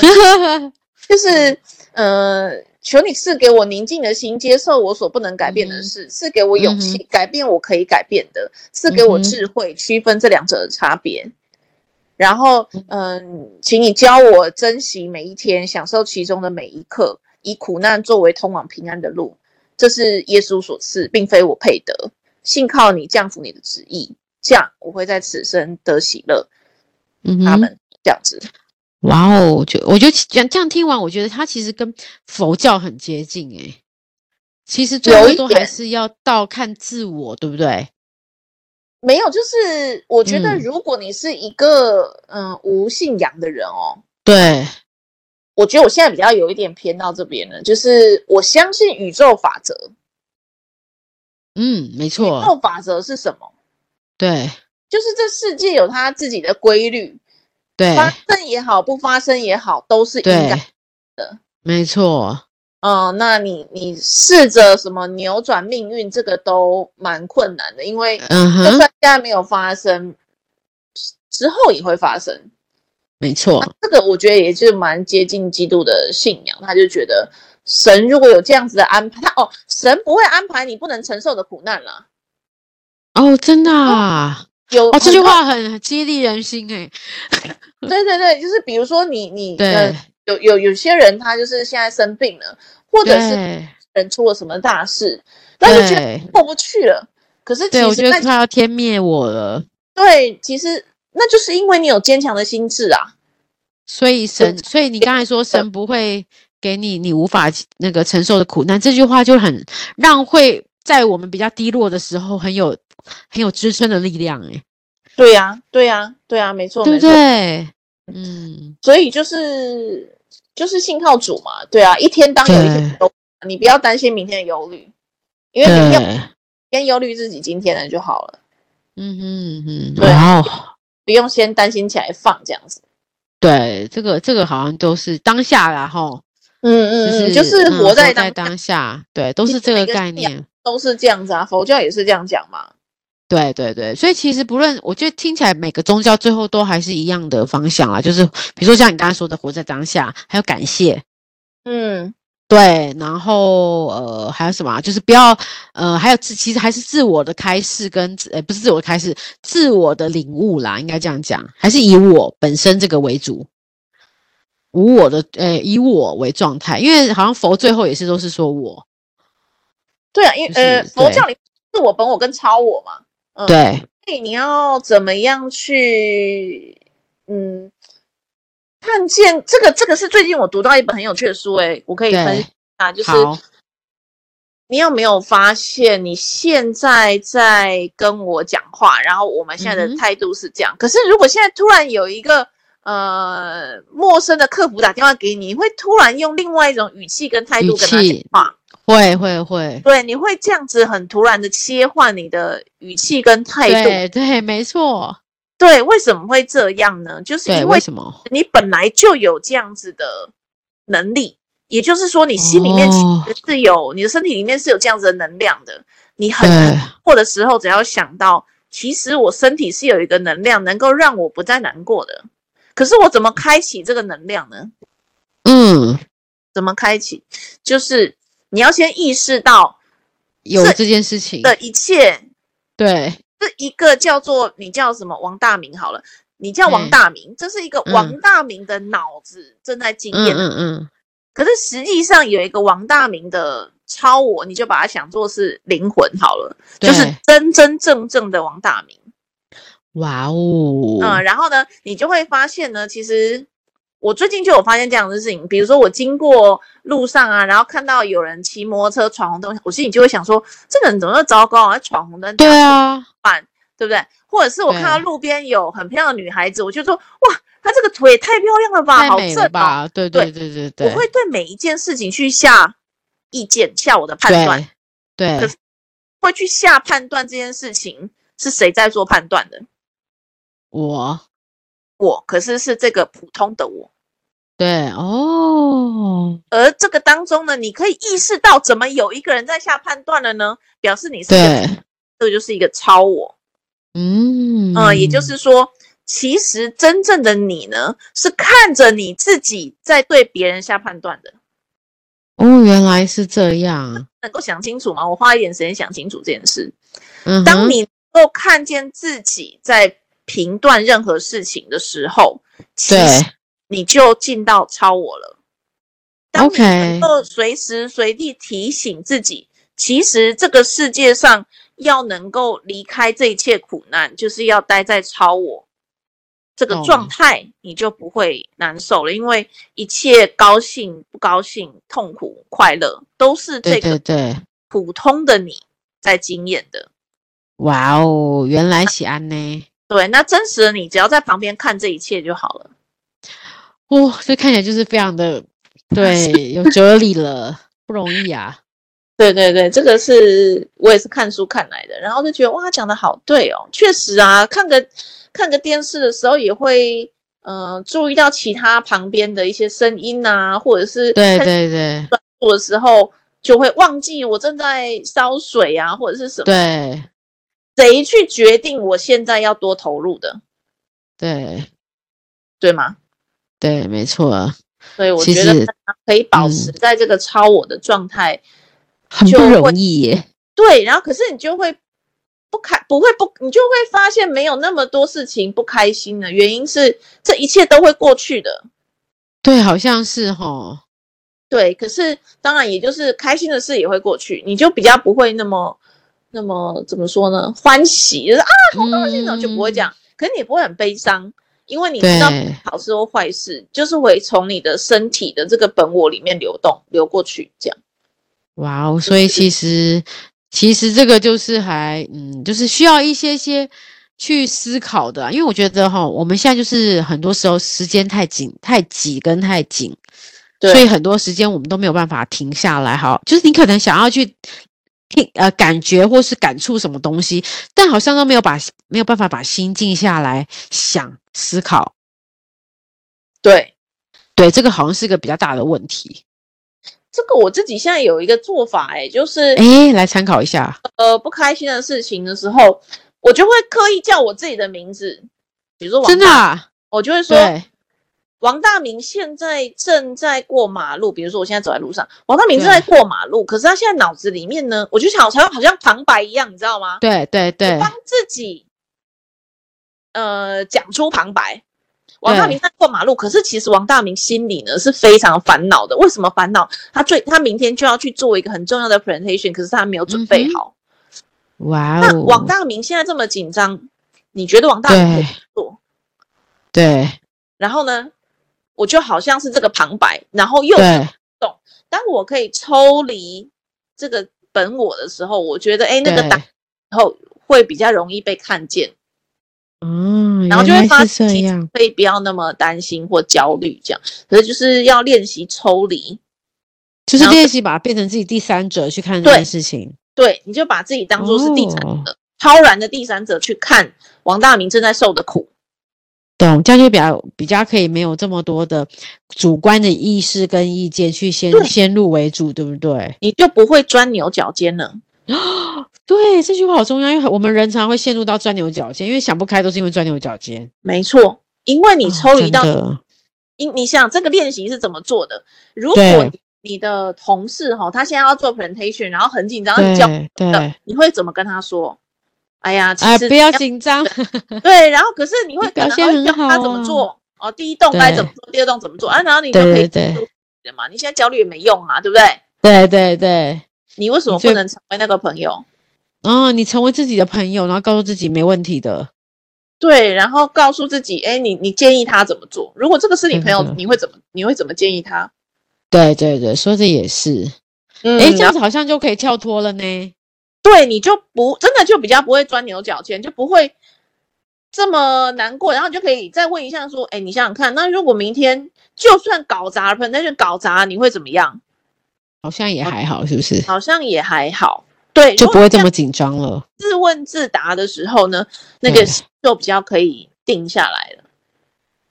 S2: 就是呃，求你赐给我宁静的心，接受我所不能改变
S1: 嗯
S2: 的事，赐给我勇气，改变我可以改变的，赐给我
S1: 嗯哼
S2: 智慧，区分这两者的差别。然后，嗯、请你教我珍惜每一天，享受其中的每一刻，以苦难作为通往平安的路。这是耶稣所赐，并非我配得。信靠你降服你的旨意，这样我会在此生得喜乐。
S1: 嗯
S2: 阿
S1: 哼，
S2: 门。这样子，
S1: 哇哦，就我觉得这样这样听完，我觉得它其实跟佛教很接近诶、其实最
S2: 有
S1: 后
S2: 一
S1: 都还
S2: 点
S1: 是要到看自我，对不对？
S2: 没有，就是我觉得
S1: 嗯
S2: 如果你是一个嗯无信仰的人哦，
S1: 对，
S2: 我觉得我现在比较有一点偏到这边了，就是我相信宇宙法则。
S1: 嗯，没
S2: 宇
S1: 错，
S2: 宙法则是什么？
S1: 对
S2: 就是这世界有它自己的规律，
S1: 对
S2: 发生也好，不发生也好，都是应
S1: 哎对
S2: 该。的，
S1: 没错，
S2: 嗯，那你你试着什么扭转命运，这个都蛮困难的，因为就
S1: 嗯
S2: 算
S1: 哼，
S2: 现在没有发生，之后也会发生。
S1: 没错，
S2: 这个我觉得也是蛮接近基督的信仰，他就觉得神如果有这样子的安排，他哦，神不会安排你不能承受的苦难啦。
S1: 哦，真的啊，
S2: 有
S1: 哦，这
S2: 很
S1: 句
S2: 多，
S1: 话很激励人心哎诶、
S2: 对对对，就是比如说你你呃
S1: 对，
S2: 有有有些人他就是现在生病了，或者是
S1: 对
S2: 人出了什么大事，那就觉得
S1: 对
S2: 过不去了。可是其
S1: 对，我
S2: 实
S1: 觉得
S2: 那
S1: 快要天灭我了，
S2: 对，其实那就是因为你有坚强的心智啊。
S1: 所以神，所以你刚才说神不会给你你无法那个承受的苦难，这句话就很让会在我们比较低落的时候很有很有支撑的力量、欸，诶，
S2: 对呀、对呀、对呀、没错，
S1: 对
S2: 没
S1: 不
S2: 错。
S1: 对？嗯，
S2: 所以就是就是信靠主嘛，对啊，一天当有一天的忧虑，你不要担心明天的忧虑，因为你要
S1: 对，
S2: 先忧虑自己今天的就好了，
S1: 嗯哼嗯哼，
S2: 对
S1: 哇哦。
S2: 不用先担心起来放这样子。
S1: 对，这个这个好像都是当下啦，吼，
S2: 嗯
S1: 就
S2: 嗯
S1: 是
S2: 嗯，就是
S1: 嗯
S2: 活在当
S1: 在当下，对，都是这
S2: 每
S1: 个
S2: 个
S1: 概
S2: 信仰
S1: 念，
S2: 都是这样子啊，佛教也是这样讲嘛。
S1: 对对对，所以其实不论，我觉得听起来每个宗教最后都还是一样的方向啊，就是比如说像你刚才说的，活在当下，还有感谢，
S2: 嗯，
S1: 对，然后呃还有什么啊，就是不要呃还有自其实还是自我的开示跟自呃不是自我的开示，自我的领悟啦，应该这样讲，还是以我本身这个为主，无我的呃以我为状态，因为好像佛最后也是都是说我，
S2: 对啊，因为呃，
S1: 就是
S2: 佛教里自我、本我跟超我嘛，嗯
S1: 对，
S2: 所以你要怎么样去嗯。看见这个，这个是最近我读到一本很有趣的书、诶，我可以
S1: 对
S2: 分享一下，就是
S1: 好，
S2: 你有没有发现，你现在在跟我讲话，然后我们现在
S1: 嗯
S2: 的
S1: 哼
S2: 态度是这样？可是如果现在突然有一个呃陌生的客服打电话给你，你会突然用另外一种语气跟态
S1: 语
S2: 度跟他讲
S1: 气
S2: 话，
S1: 会会会，
S2: 对，你会这样子很突然的切换你的语气跟态度。
S1: 对对，没错，
S2: 对，为什么会这样呢？就是
S1: 对，
S2: 因
S1: 为
S2: 为
S1: 什么？
S2: 你本来就有这样子的能力，也就是说，你心里面其
S1: 哦
S2: 实是有、你的身体里面是有这样子的能量的。你很
S1: 对
S2: 难过的时候，只要想到，其实我身体是有一个能量能够让我不再难过的。可是我怎么开启这个能量呢？
S1: 嗯，
S2: 怎么开启？就是你要先意识到
S1: 有
S2: 这
S1: 这件事情，
S2: 的一切
S1: 对，
S2: 这一个叫做你叫什么王大明好了，你叫王
S1: 嗯
S2: 大明，这是一个
S1: 嗯
S2: 王大明的脑子正在经
S1: 嗯
S2: 验，
S1: 嗯嗯，
S2: 可是实际上有一个王大明的超我，你就把它想作是灵魂好了，就是
S1: 对
S2: 真真正正的王大明。
S1: 哇哦，
S2: 嗯，然后呢，你就会发现呢，其实我最近就有发现这样的事情，比如说我经过路上啊，然后看到有人骑摩托车闯红灯，我心里就会想说，这个人怎么那么糟糕啊，闯红灯，
S1: 对啊，
S2: 办，对不对？或者是我看到
S1: 对
S2: 路边有很漂亮的女孩子，我就说哇，她这个腿也太漂亮了吧，
S1: 太
S2: 好
S1: 美
S2: 正
S1: 了
S2: 哦！
S1: 吧？对
S2: 对
S1: 对对对，
S2: 我会对每一件事情去下意见，下我的判断
S1: 对，对
S2: 可是会去下判断这件事情是谁在做判断的。
S1: 我
S2: 我可是是这个普通的我，
S1: 对哦，
S2: 而这个当中呢，你可以意识到怎么有一个人在下判断了呢？表示你是一个
S1: 对，
S2: 这个就是一个超我，
S1: 嗯
S2: 嗯，也就是说，其实真正的你呢，是看着你自己在对别人下判断的。
S1: 哦，原来是这样，
S2: 能够想清楚吗？我花一点时间想清楚这件事。
S1: 嗯哼，
S2: 当你能够看见自己在评断任何事情的时候，其
S1: 对
S2: 实你就进到超我了。当你
S1: OK
S2: 能够随时随地提醒自己，其实这个世界上要能够离开这一切苦难，就是要待在超我这个
S1: 懂
S2: 状态，你就不会难受了。因为一切高兴、不高兴、痛苦、快乐，都是这
S1: 对对
S2: 个
S1: 对，
S2: 普通的你在经验的。
S1: 哇哦，原来喜安呢，
S2: 对，那真实的你只要在旁边看这一切就好了。
S1: 哇，这看起来就是非常的对，有哲理了，不容易 啊，
S2: 对对对，这个是我也是看书看来的，然后就觉得哇，他讲的好对哦，确实啊，看个看个电视的时候也会嗯、呃注意到其他旁边的一些声音啊，或者是
S1: 对
S2: 看
S1: 对对
S2: 书的时候就会忘记我正在烧水啊，或者是什么，
S1: 对
S2: 谁去决定我现在要多投入的，
S1: 对
S2: 对吗？
S1: 对，没错，
S2: 所以我
S1: 其
S2: 觉得
S1: 实
S2: 可以保
S1: 嗯
S2: 持在这个超我的状态，
S1: 很
S2: 就
S1: 不
S2: 会
S1: 容易耶，
S2: 对，然后可是你就会不开，不会不，你就会发现没有那么多事情不开心了。原因是这一切都会过去的。
S1: 对，好像是哈，
S2: 对，可是当然也就是开心的事也会过去，你就比较不会那么那么怎么说呢？欢喜就是啊，好高兴哦，就不会这样。可是你不会很悲伤，因为你知道
S1: 嗯对
S2: 好事或坏事就是会从你的身体的这个本我里面流动流过去，这样。
S1: 哇哦，所以其实其实这个就是还嗯，就是需要一些些去思考的啊、因为我觉得哈，我们现在就是很多时候时间太紧、太挤跟太紧，
S2: 对
S1: 所以很多时间我们都没有办法停下来。哈，就是你可能想要去听呃感觉或是感触什么东西，但好像都没有把没有办法把心静下来想思考。
S2: 对，
S1: 对，这个好像是个比较大的问题。
S2: 这个我自己现在有一个做法、哎，就是
S1: 诶，来参考一下。
S2: 呃不开心的事情的时候，我就会刻意叫我自己的名字，比如说王
S1: 真的
S2: 大
S1: 啊、
S2: 我就会说
S1: 对，
S2: 王大明现在正在过马路，比如说我现在走在路上，王大明正在过马路，可是他现在脑子里面呢，我就想好像好像旁白一样，你知道吗？
S1: 对对对
S2: 帮自己呃讲出旁白。王大明在过马路，可是其实王大明心里呢是非常烦恼的。为什么烦恼？他最他明天就要去做一个很重要的 presentation，可是他没有准备
S1: 嗯哼
S2: 好。
S1: 哇
S2: 那
S1: 哦，
S2: 王大明现在这么紧张，你觉得王大明可以
S1: 对
S2: 做？
S1: 对
S2: 然后呢，我就好像是这个旁白，然后又
S1: 对
S2: 当我可以抽离这个本我的时候，我觉得哎，诶那个
S1: 对
S2: 打以后会比较容易被看见，
S1: 嗯，
S2: 然后就
S1: 原
S2: 会
S1: 来
S2: 发
S1: 是
S2: 现
S1: 这
S2: 其实
S1: 样，
S2: 可以不要那么担心或焦虑这样。可是就是要练习抽离，
S1: 就是
S2: 然后
S1: 练习把它变成自己第三者去看这
S2: 对
S1: 件事情。
S2: 对，你就把自己当做是第三
S1: 哦
S2: 者，超然的第三者去看王大明正在受的苦。
S1: 懂，这样就比较比较可以没有这么多的主观的意识跟意见去先
S2: 对
S1: 先入为主，对不对？
S2: 你就不会钻牛角尖了，
S1: 对，这句话好重要，因为我们人常会陷入到钻牛角尖，因为想不开都是因为钻牛角尖。
S2: 没错，因为你
S1: 哦
S2: 抽离
S1: 真
S2: 到
S1: 的
S2: 你你想这个练习是怎么做的？如果
S1: 对
S2: 你你的同事哈、他现在要做 presentation，然后很紧张，很焦虑
S1: 对对
S2: 的，，你会怎么跟他说？哎呀，其
S1: 哎，
S2: 实
S1: 不要
S2: 这样
S1: 紧张，
S2: 对，然后可是你会
S1: 你
S2: 可
S1: 表
S2: 能
S1: 现
S2: 还
S1: 很
S2: 会教他
S1: 好
S2: 怎么
S1: 啊
S2: 做哦，第一栋该怎么做，第二栋怎么做啊？然后你就
S1: 对
S2: 可
S1: 对
S2: 以
S1: 对
S2: 做自己的嘛，你现在焦虑也没用啊，对不对？
S1: 对对对。
S2: 你为什么
S1: 你最
S2: 不能成为那个朋友？
S1: 哦，你成为自己的朋友，然后告诉自己没问题的。
S2: 对，然后告诉自己，哎，你你建议他怎么做？如果这个是你
S1: 真
S2: 朋友
S1: 的，
S2: 你会怎么你会怎么建议他？
S1: 对对对，说的也是。
S2: 嗯，
S1: 诶，这
S2: 然
S1: 样子好像就可以跳脱了呢。
S2: 对，你就不真的就比较不会钻牛角尖，就不会这么难过，然后你就可以再问一下说，哎，你想想看，那如果明天就算搞砸了 presentation 搞砸，你会怎么样？
S1: 好像也还好，是不是？
S2: 好像也还好，对，
S1: 就
S2: 哦
S1: 不
S2: 如果
S1: 会
S2: 这
S1: 这
S2: 样
S1: 么紧张了。
S2: 自问自答的时候呢，那个
S1: 对
S2: 就比较可以定下来了。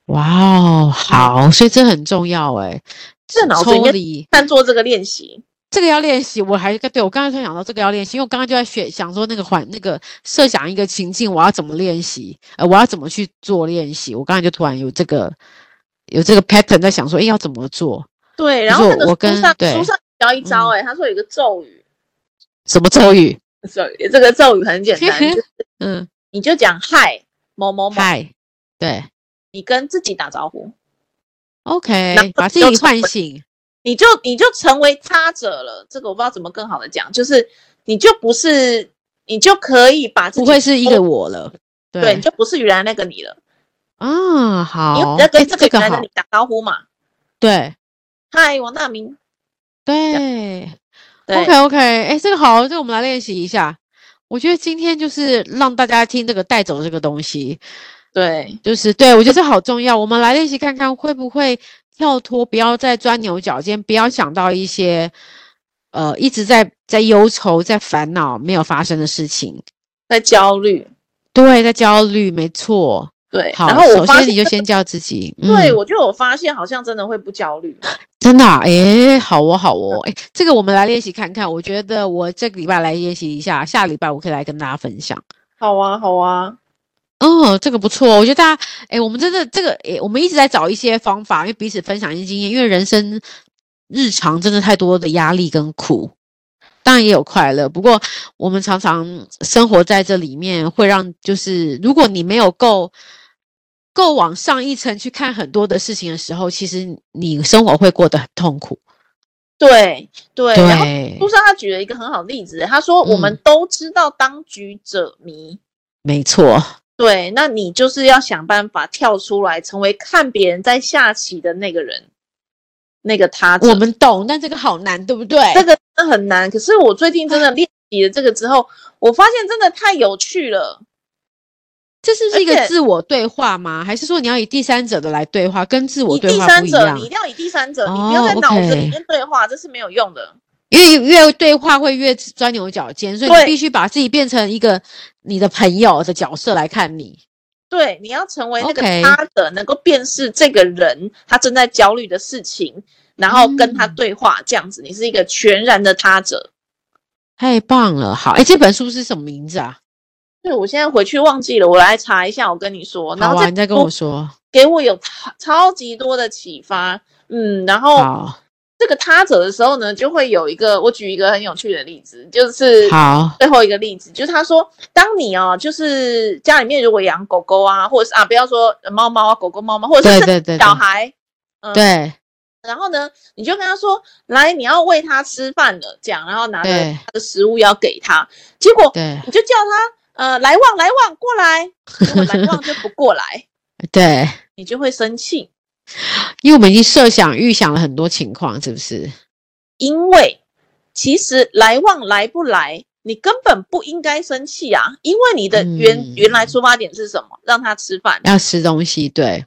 S1: 哇哦，好，所以这很重要哎。
S2: 嗯这脑子里
S1: 抽
S2: 面
S1: 离
S2: 但做这个练习，
S1: 这个要练习，我还对我刚才突然想到这个要练习，因为我刚刚就在学想说那个环那个设想一个情境，我要怎么练习，呃，我要怎么去做练习。我刚才就突然有这个有这个 pattern 在想说，诶，要怎么做？
S2: 对，
S1: 就
S2: 然
S1: 是
S2: 后那
S1: 我
S2: 个
S1: 我跟
S2: 书上
S1: 对嗯
S2: 书上教一招、哎、他说有一个咒语
S1: 什么咒语？
S2: ，sorry，这个咒语很 简单，就是
S1: 嗯，
S2: 你就讲嗨某某某，
S1: 嗨，对
S2: 你跟自己打招呼。然
S1: ，OK，
S2: 后
S1: 把自
S2: 就
S1: 己
S2: 成
S1: 唤
S2: 为
S1: 醒。
S2: 你就你就成为他者了。这个我不知道怎么更好的讲，就是你就不是，你就可以把自己
S1: 不会是一个我了，
S2: 对，你就不是原来那个你了，
S1: 啊，
S2: 你
S1: 好，
S2: 要
S1: 诶
S2: 跟这
S1: 这
S2: 个
S1: 个
S2: 原来的
S1: 好
S2: 你，打招呼嘛。
S1: 对
S2: 嗨，王大明，
S1: 对
S2: 对
S1: OK OK，哎，这个好，这个我们来练习一下。我觉得今天就是让大家听这个带走这个东西，
S2: 对
S1: 就是对我觉得这好重要。我们来练习看看会不会跳脱，不要再钻牛角尖，不要想到一些呃一直在在忧愁、在烦恼没有发生的事情，
S2: 在焦虑，
S1: 对，在焦虑，没错。
S2: 对。
S1: 好，
S2: 然后我
S1: 首
S2: 发
S1: 先
S2: 现
S1: 你就先叫自己，嗯
S2: 对，我就有发现，好像真的会不焦虑。
S1: 真的、啊，诶，好哦，好哦，诶，这个我们来练习看看。我觉得我这个礼拜来练习一下，下礼拜我可以来跟大家分享。
S2: 好啊，好啊，
S1: 哦，这个不错，我觉得大家，诶，我们真的这个，诶，我们一直在找一些方法，因为彼此分享一些经验，因为人生日常真的太多的压力跟苦，当然也有快乐，不过我们常常生活在这里面，会让就是如果你没有够。够往上一层去看很多的事情的时候，其实你生活会过得很痛苦。
S2: 对对，然后
S1: 对嗯
S2: 书，上他举了一个很好的例子，他说我们都知道当局者迷，
S1: 没错，
S2: 对，那你就是要想办法跳出来，成为看别人在下棋的那个人，那个他者。
S1: 我们懂，但这个好难，对不对？
S2: 这个真的很难，可是我最近真的练习了这个之后，我发现真的太有趣了。
S1: 这是不
S2: 而
S1: 是一个
S2: 且
S1: 自我对话吗？还是说你要以第三者的来对话，跟自我
S2: 以
S1: 对
S2: 第
S1: 话
S2: 三
S1: 不一
S2: 者，
S1: 样
S2: 你一？定要以第三者，
S1: 哦
S2: 你不要在脑子
S1: OK
S2: 里面对话，这是没有用的。
S1: 因为越对话会越钻牛角尖，所以你
S2: 对
S1: 必须把自己变成一个你的朋友的角色来看你。
S2: 对，你要成为那个
S1: OK
S2: 他者，能够辨识这个人他正在焦虑的事情，然后跟他
S1: 嗯
S2: 对话，这样子，你是一个全然的他者。
S1: 太棒了，好，哎，这本书是什么名字啊？
S2: 对，我现在回去忘记了，我来查一下。我跟你说，哦然
S1: 好
S2: 后
S1: 啊，
S2: 这
S1: 你再跟
S2: 本
S1: 我
S2: 书
S1: 说。
S2: 给我有超超级多的启发。嗯，然后
S1: 好，
S2: 这个他者的时候呢，就会有一个，我举一个很有趣的例子，就是
S1: 好，
S2: 最后一个例子，就是他说，当你哦，就是家里面如果养狗狗啊，或者是啊，不要说呃猫猫啊，狗狗、猫猫，或者
S1: 对
S2: 是
S1: 对对
S2: 小
S1: 对
S2: 孩，嗯
S1: 对
S2: 然后呢，你就跟他说，来，你要喂它吃饭了，这样，然后拿着
S1: 对
S2: 它的食物要给它，结果
S1: 对
S2: 你就叫它，呃，来旺来旺过来，结果来旺就不过来，
S1: 对，
S2: 你就会生气，
S1: 因为我们已经设想、预想了很多情况，是不是？
S2: 因为其实来旺来不来，你根本不应该生气啊，因为你的原、
S1: 嗯
S2: 原来出发点是什么？让它吃饭。
S1: 要吃东西，对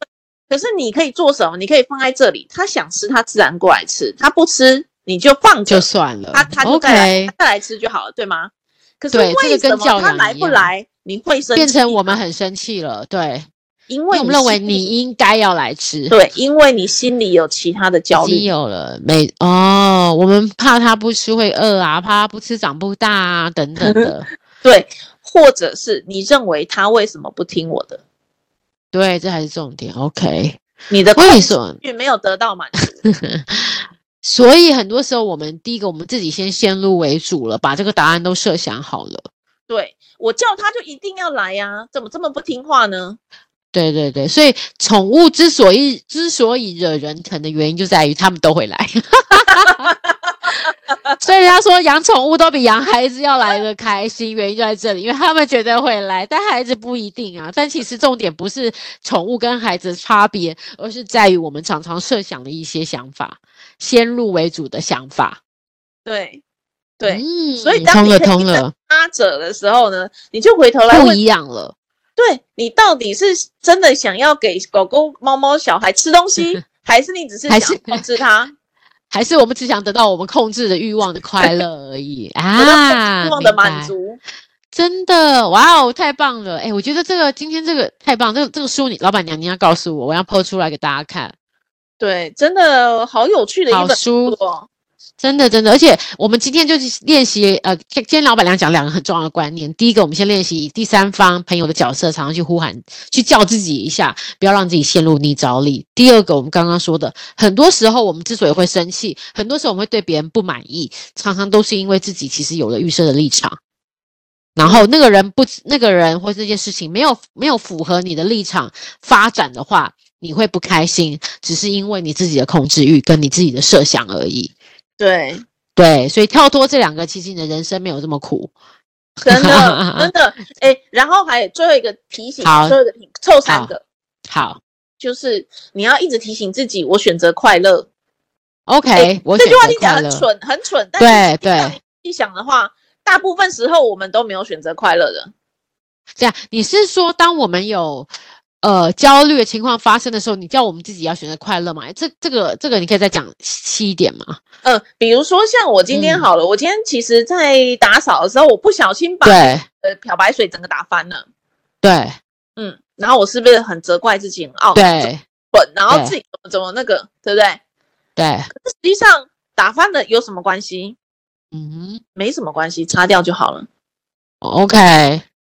S2: 可是你可以做什么？你可以放在这里，他想吃他自然过来吃，他不吃你就放着
S1: 就，算了
S2: 他他就再来
S1: ，OK，
S2: 他再来吃就好了，对吗？可是
S1: 对
S2: 为
S1: 这个
S2: 什
S1: 跟
S2: 么
S1: 教
S2: 他
S1: 养
S2: 来
S1: 一
S2: 不
S1: 样
S2: 来你会生气？
S1: 变成我们，很生气了，对，
S2: 因
S1: 因
S2: 为
S1: 为我们认为
S2: 心里
S1: 你应该要来吃，
S2: 对，因为你心里有其他的焦
S1: 已经
S2: 虑，
S1: 有了没？哦，我们怕他不吃会饿啊，怕他不吃长不大啊，等等 的。
S2: 对，或者是你认为他为什么不听我的？
S1: 对，这才是重点。OK，
S2: 你的
S1: 我跟
S2: 控
S1: 你
S2: 制
S1: 说，
S2: 欲没有得到满足，
S1: 所以很多时候我们第一个我们自己先先入为主了，把这个答案都设想好了。
S2: 对我叫他就一定要来呀、怎么这么不听话呢？
S1: 对对对，所以宠物之所以之所以惹人疼的原因，就在于它们都会来。 所以他说养宠物都比养孩子要来的开心，原因就在这里，因为他们觉得会来，但孩子不一定啊。但其实重点不是宠物跟孩子的差别，而是在于我们常常设想的一些想法，先入为主的想法。
S2: 对，对，
S1: 嗯
S2: 所以当
S1: 通
S2: 你
S1: 了
S2: 可以
S1: 通
S2: 跟
S1: 了，
S2: 他者的时候呢，你就回头来
S1: 不
S2: 问
S1: 一样了。
S2: 对你到底是真的想要给狗狗、猫猫、小孩吃东 西，还是你只是
S1: 还
S2: 想
S1: 是
S2: 要控制 它，
S1: 还是我们只想得到我们控制的欲望的快乐而 已
S2: 得到
S1: 啊！
S2: 欲望的
S1: 明白
S2: 满足？
S1: 真的，哇哦，太棒了！哎，我觉得这个今天这个太棒，这个这个书你老板娘你要告诉我，我要剖出来给大家看。
S2: 对，真的好有趣的一
S1: 好
S2: 本
S1: 书
S2: 哦。
S1: 真的，真的，而且我们今天就是练习，呃，今天老板娘讲两个很重要的观念。第一个，我们先练习以第三方朋友的角色，常常去呼喊、去叫自己一下，不要让自己陷入泥沼里。第二个，我们刚刚说的，很多时候我们之所以会生气，很多时候我们会对别人不满意，常常都是因为自己其实有了预设的立场，然后那个人不，那个人或这件事情没有没有符合你的立场发展的话，你会不开心，只是因为你自己的控制欲跟你自己的设想而已。
S2: 对，
S1: 对，所以跳脱这两个，其实你的人生没有这么苦。
S2: 真 的真的，哎，然后还有最后一个提醒，
S1: 好
S2: 最后一个提凑三
S1: 好
S2: 个，
S1: 好
S2: 就是你要一直提醒自己，我选择快乐。
S1: ，OK，我
S2: 哎这
S1: 选
S2: 句话
S1: 择
S2: 听起来
S1: 快
S2: 很
S1: 乐。
S2: 蠢，很蠢，但
S1: 对
S2: 是
S1: 对
S2: 一想的话，大部分时候我们都没有选择快乐的。
S1: 这样，你是说当我们有呃焦虑的情况发生的时候，你叫我们自己要选择快乐吗？这这个这个，你可以再讲细一点吗？
S2: 嗯，比如说像我今天
S1: 嗯
S2: 好了，我今天其实在打扫的时候，我不小心把
S1: 对
S2: 呃漂白水整个打翻了，
S1: 对
S2: 嗯，然后我是不是很责怪自己哦很懊恼、
S1: 对
S2: 笨，然后
S1: 对
S2: 自己怎么怎么那个，对不对？
S1: 对，
S2: 可是实际上打翻了有什么关系？
S1: 嗯
S2: 没什么关系，擦掉就好了。
S1: ，OK，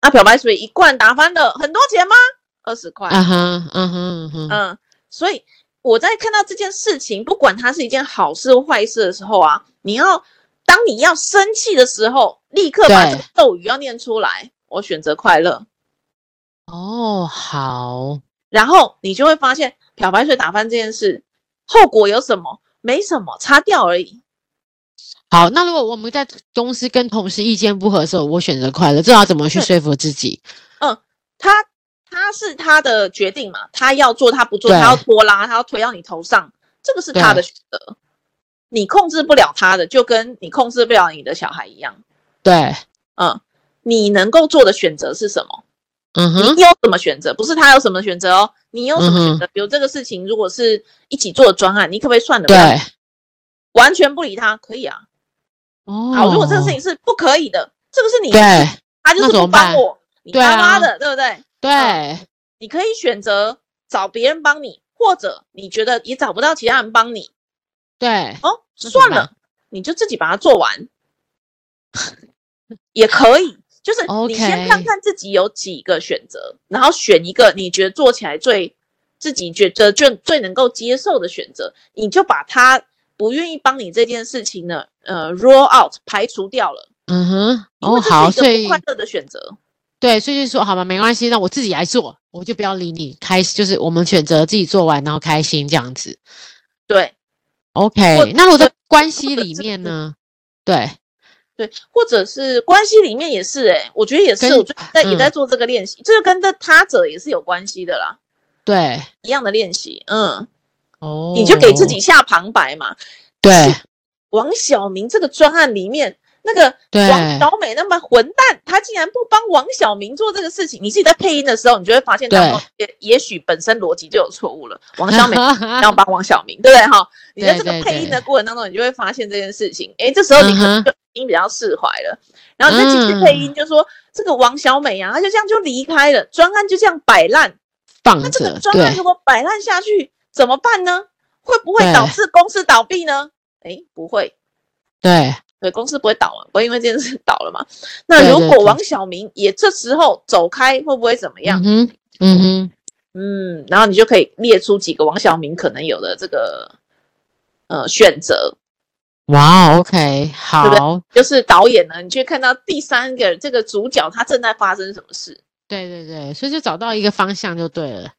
S2: 那漂白水一罐打翻了很多钱吗？二十块，
S1: 嗯哼嗯哼嗯哼，
S2: 嗯，所以我在看到这件事情，不管它是一件好事或坏事的时候啊，你要当你要生气的时候，立刻把
S1: 对
S2: 这个咒语要念出来。我选择快乐，
S1: 哦，好，
S2: 然后你就会发现漂白水打翻这件事后果有什么？没什么，擦掉而已。
S1: 好，那如果我们在公司跟同事意见不合的时候，我选择快乐，这要怎么去说服自己？
S2: 他他是他的决定嘛，他要做他不做，
S1: 对
S2: 他要拖拉，他要推到你头上，这个是他的选择，你控制不了他的，就跟你控制不了你的小孩一样。
S1: 对，
S2: 嗯，你能够做的选择是什么？
S1: 嗯嗯哼，
S2: 你有什么选择？不是他有什么选择哦，你有什么选择？比如这个事情，如果是一起做的专案，你可不可以算了？
S1: 对，，
S2: 完全不理他，可以啊。
S1: 哦，
S2: 好，如果这个事情是不可以的，这个是你的事
S1: 对
S2: 情，他就是
S1: 那怎
S2: 不
S1: 么办
S2: 帮我，你
S1: 对啊
S2: 他妈的，对不对？
S1: 对
S2: 你可以选择找别人帮你，或者你觉得也找不到其他人帮你，
S1: 对，
S2: 哦，
S1: 那怎么
S2: 算
S1: 办
S2: 了，你就自己把它做完， 也可以。就是你
S1: OK
S2: 先看看自己有几个选择，然后选一个你觉得做起来最自己觉得最最能够接受的选择，你就把他不愿意帮你这件事情呢，呃，roll out 排除掉了。
S1: 嗯哼，
S2: 因为
S1: 哦，
S2: 这
S1: 好，所
S2: 是一个
S1: 以
S2: 不快乐的选择。
S1: 对，所以就说好吧，没关系，那我自己来做，我就不要理你，开心就是我们选择自己做完，然后开心这样子。
S2: 对
S1: OK，那如果在关系
S2: 者
S1: 里
S2: 是
S1: 面呢？对，
S2: 对，或者是关系里面也是、欸，我觉得也是，
S1: 跟
S2: 我最近在、也
S1: 嗯
S2: 在做这个练习，这个跟这他者也是有关系的啦，
S1: 对，
S2: 一样的练习，嗯。
S1: 哦，
S2: 你就给自己下旁白嘛。
S1: 对
S2: 王小明这个专案里面，那个
S1: 对
S2: 王小美那么混蛋，他竟然不帮王小明做这个事情。你自己在配音的时候，你就会发现
S1: 对
S2: 当中也也许本身逻辑就有 错误了。王小美要帮王小明，对不对哈？你在这个
S1: 对对
S2: 配音的
S1: 对
S2: 过程当中，你就会发现这件事情。诶，这时候你
S1: 嗯
S2: 可
S1: 哼嗯
S2: 能就已经比较释怀了。然后你再继续配音，就说这个王小美啊，她就这样就离开了，专案就这样摆烂。
S1: 放
S2: 那这个
S1: 着，
S2: 专案
S1: 对
S2: 如果摆烂下去怎么办呢？会不会
S1: 对
S2: 导致公司倒闭呢？诶，不会，
S1: 对
S2: 对，公司不会倒嘛，不会因为这件事倒了嘛。那
S1: 对
S2: 如
S1: 对
S2: 果
S1: 对
S2: 王小明也这时候走开，会不会怎么样
S1: 嗯？哼，嗯哼，
S2: 嗯，然后你就可以列出几个王小明可能有的这个呃选择，
S1: 哇，OK，哦
S2: 不对
S1: 好，
S2: 就是导演呢，你去看到第三个这个主角他正在发生什么事，
S1: 对对对，所以就找到一个方向就对了，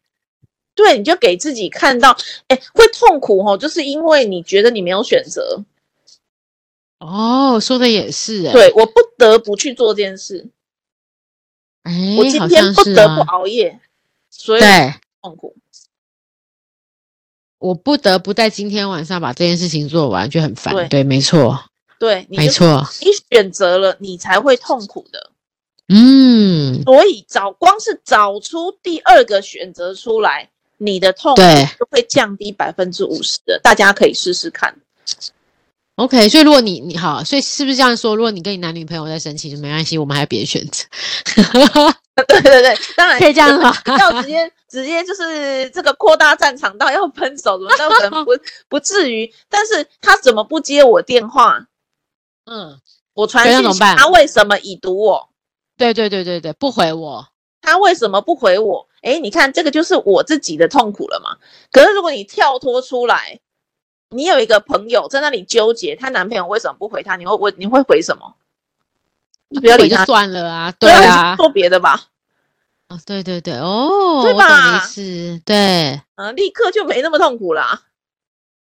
S2: 对，你就给自己看到，哎，会痛苦哦，就是因为你觉得你没有选择，
S1: 哦，说的也是，哎，
S2: 对我不得不去做这件事，
S1: 哎，
S2: 我今
S1: 好
S2: 天
S1: 像
S2: 不
S1: 是
S2: 得
S1: 啊
S2: 不熬夜，所以
S1: 对。
S2: 痛苦。
S1: 我不得不在今天晚上把这件事情做完，就很烦。
S2: 对
S1: 对，没错，
S2: 对，你
S1: 没
S2: 就
S1: 错。
S2: 你选择了，你才会痛苦的。
S1: 嗯，
S2: 所以找光是找出第二个选择出来，你的痛苦
S1: 对
S2: 就会降低百分之五十的。大家可以试试看。
S1: ，OK。所以如果你你好，所以是不是这样说？如果你跟你男女朋友在生气，就没关系，我们还有别的选择，
S2: 对对对，当然
S1: 可以这样 吗？
S2: 要直接直接就是这个扩大战场到要分手，怎么都可 能不不至于。但是他怎么不接我电话？
S1: 嗯，
S2: 我传
S1: 对那
S2: 讯
S1: 怎么
S2: 息，
S1: 办
S2: 他为什么已读我？
S1: 对对对对对，不回我。
S2: 他为什么不回我？诶，你看这个就是我自己的痛苦了嘛。可是如果你跳脱出来，你有一个朋友在那里纠结，她男朋友为什么不回她？你会我你会回什么？你不要
S1: 不
S2: 理
S1: 回就
S2: 他，
S1: 算了啊，
S2: 对
S1: 啊
S2: 去，做别的吧。
S1: 哦对对对，哦，
S2: 对
S1: 我懂你意
S2: 吧
S1: 思，对。
S2: 嗯、立刻就没那么痛苦啦。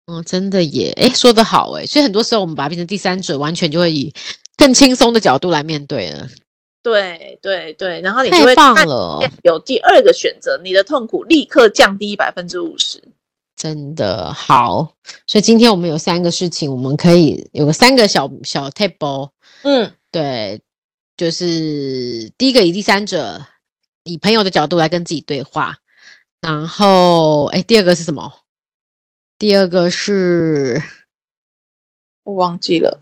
S1: 哦，真的耶！诶，说得好诶，所以很多时候我们把它变成第三者，完全就会以更轻松的角度来面对了，
S2: 对对对，然后你就
S1: 太
S2: 会
S1: 棒
S2: 看
S1: 了！
S2: 见有第二个选择，你的痛苦立刻降低百分之五十。
S1: 真的好，所以今天我们有三个事情，我们可以有个三个小小 table，
S2: 嗯，
S1: 对，就是第一个以第三者以朋友的角度来跟自己对话，然后哎，第二个是什么？第二个是，
S2: 我忘记 了，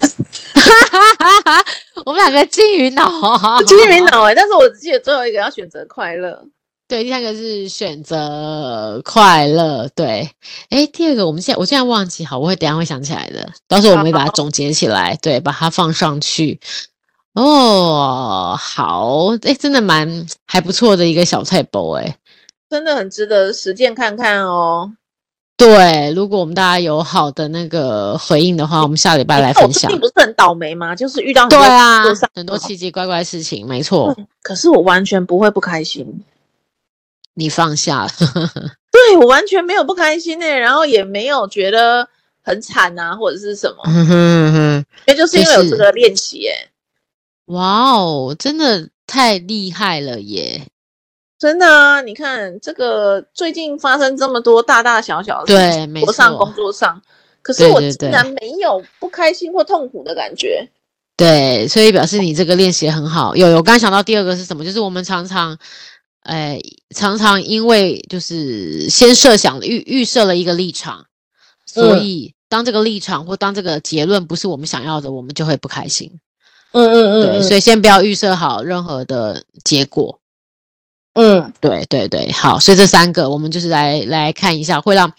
S1: 我们两个金鱼脑，啊
S2: 其实没脑哎，但是我只记得最后一个要选择快乐。
S1: 对，第三个是选择快乐。对，哎，第二个我们现在我现在忘记，好，我会等一下会想起来的，到时候我们会把它总结起来，对，把它放上去。哦，好，哎，真的蛮还不错的一个小菜包，哎，
S2: 真的很值得实践看看哦。
S1: 对，如果我们大家有好的那个回应的话，我们下礼拜来
S2: 因为我
S1: 分
S2: 最
S1: 享
S2: 近。不是很倒霉吗？就是遇到很
S1: 对
S2: 多
S1: 啊
S2: 工作上，
S1: 很多奇奇怪怪的事情，没错，
S2: 可是我完全不会不开心，
S1: 你放下了，
S2: 欸对我完全没有不开心呢、然后也没有觉得很惨啊，或者是什么，
S1: 嗯哼嗯哼，
S2: 因为就是因为有这个练习、哎，
S1: 哇哦，真的太厉害了耶！
S2: 真的啊，你看这个最近发生这么多大大小小的事情，
S1: 对，没
S2: 工作上工
S1: 错，
S2: 作上，可是
S1: 对
S2: 我
S1: 对
S2: 竟
S1: 对
S2: 然没有不开心或痛苦的感觉。
S1: 对，所以表示你这个练习得很好。有有，我刚想到第二个是什么，就是我们常常，哎、常常因为就是先设想预预设了一个立场，所
S2: 嗯
S1: 以当这个立场或当这个结论不是我们想要的，我们就会不开心。
S2: 嗯嗯
S1: 对，所以先不要预设好任何的结果。
S2: 嗯
S1: 对对对，好，所以这三个我们就是来来看一下，会让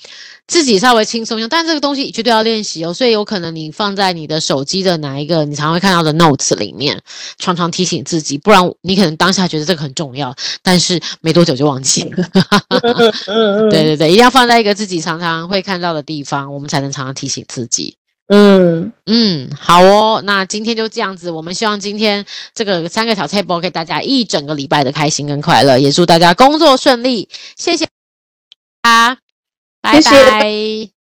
S1: 自己稍微轻松一下。但这个东西绝对要练习哦，所以有可能你放在你的手机的哪一个你常会看到的 notes 里面，常常提醒自己，不然你可能当下觉得这个很重要，但是没多久就忘记了。
S2: 嗯嗯
S1: 对对对，一定要放在一个自己常常会看到的地方，我们才能常常提醒自己。
S2: 嗯，
S1: 嗯，好哦，那今天就这样子。我们希望今天这个三个小菜包给大家一整个礼拜的开心跟快乐，也祝大家工作顺利。谢谢大家，拜
S2: 谢谢
S1: 拜。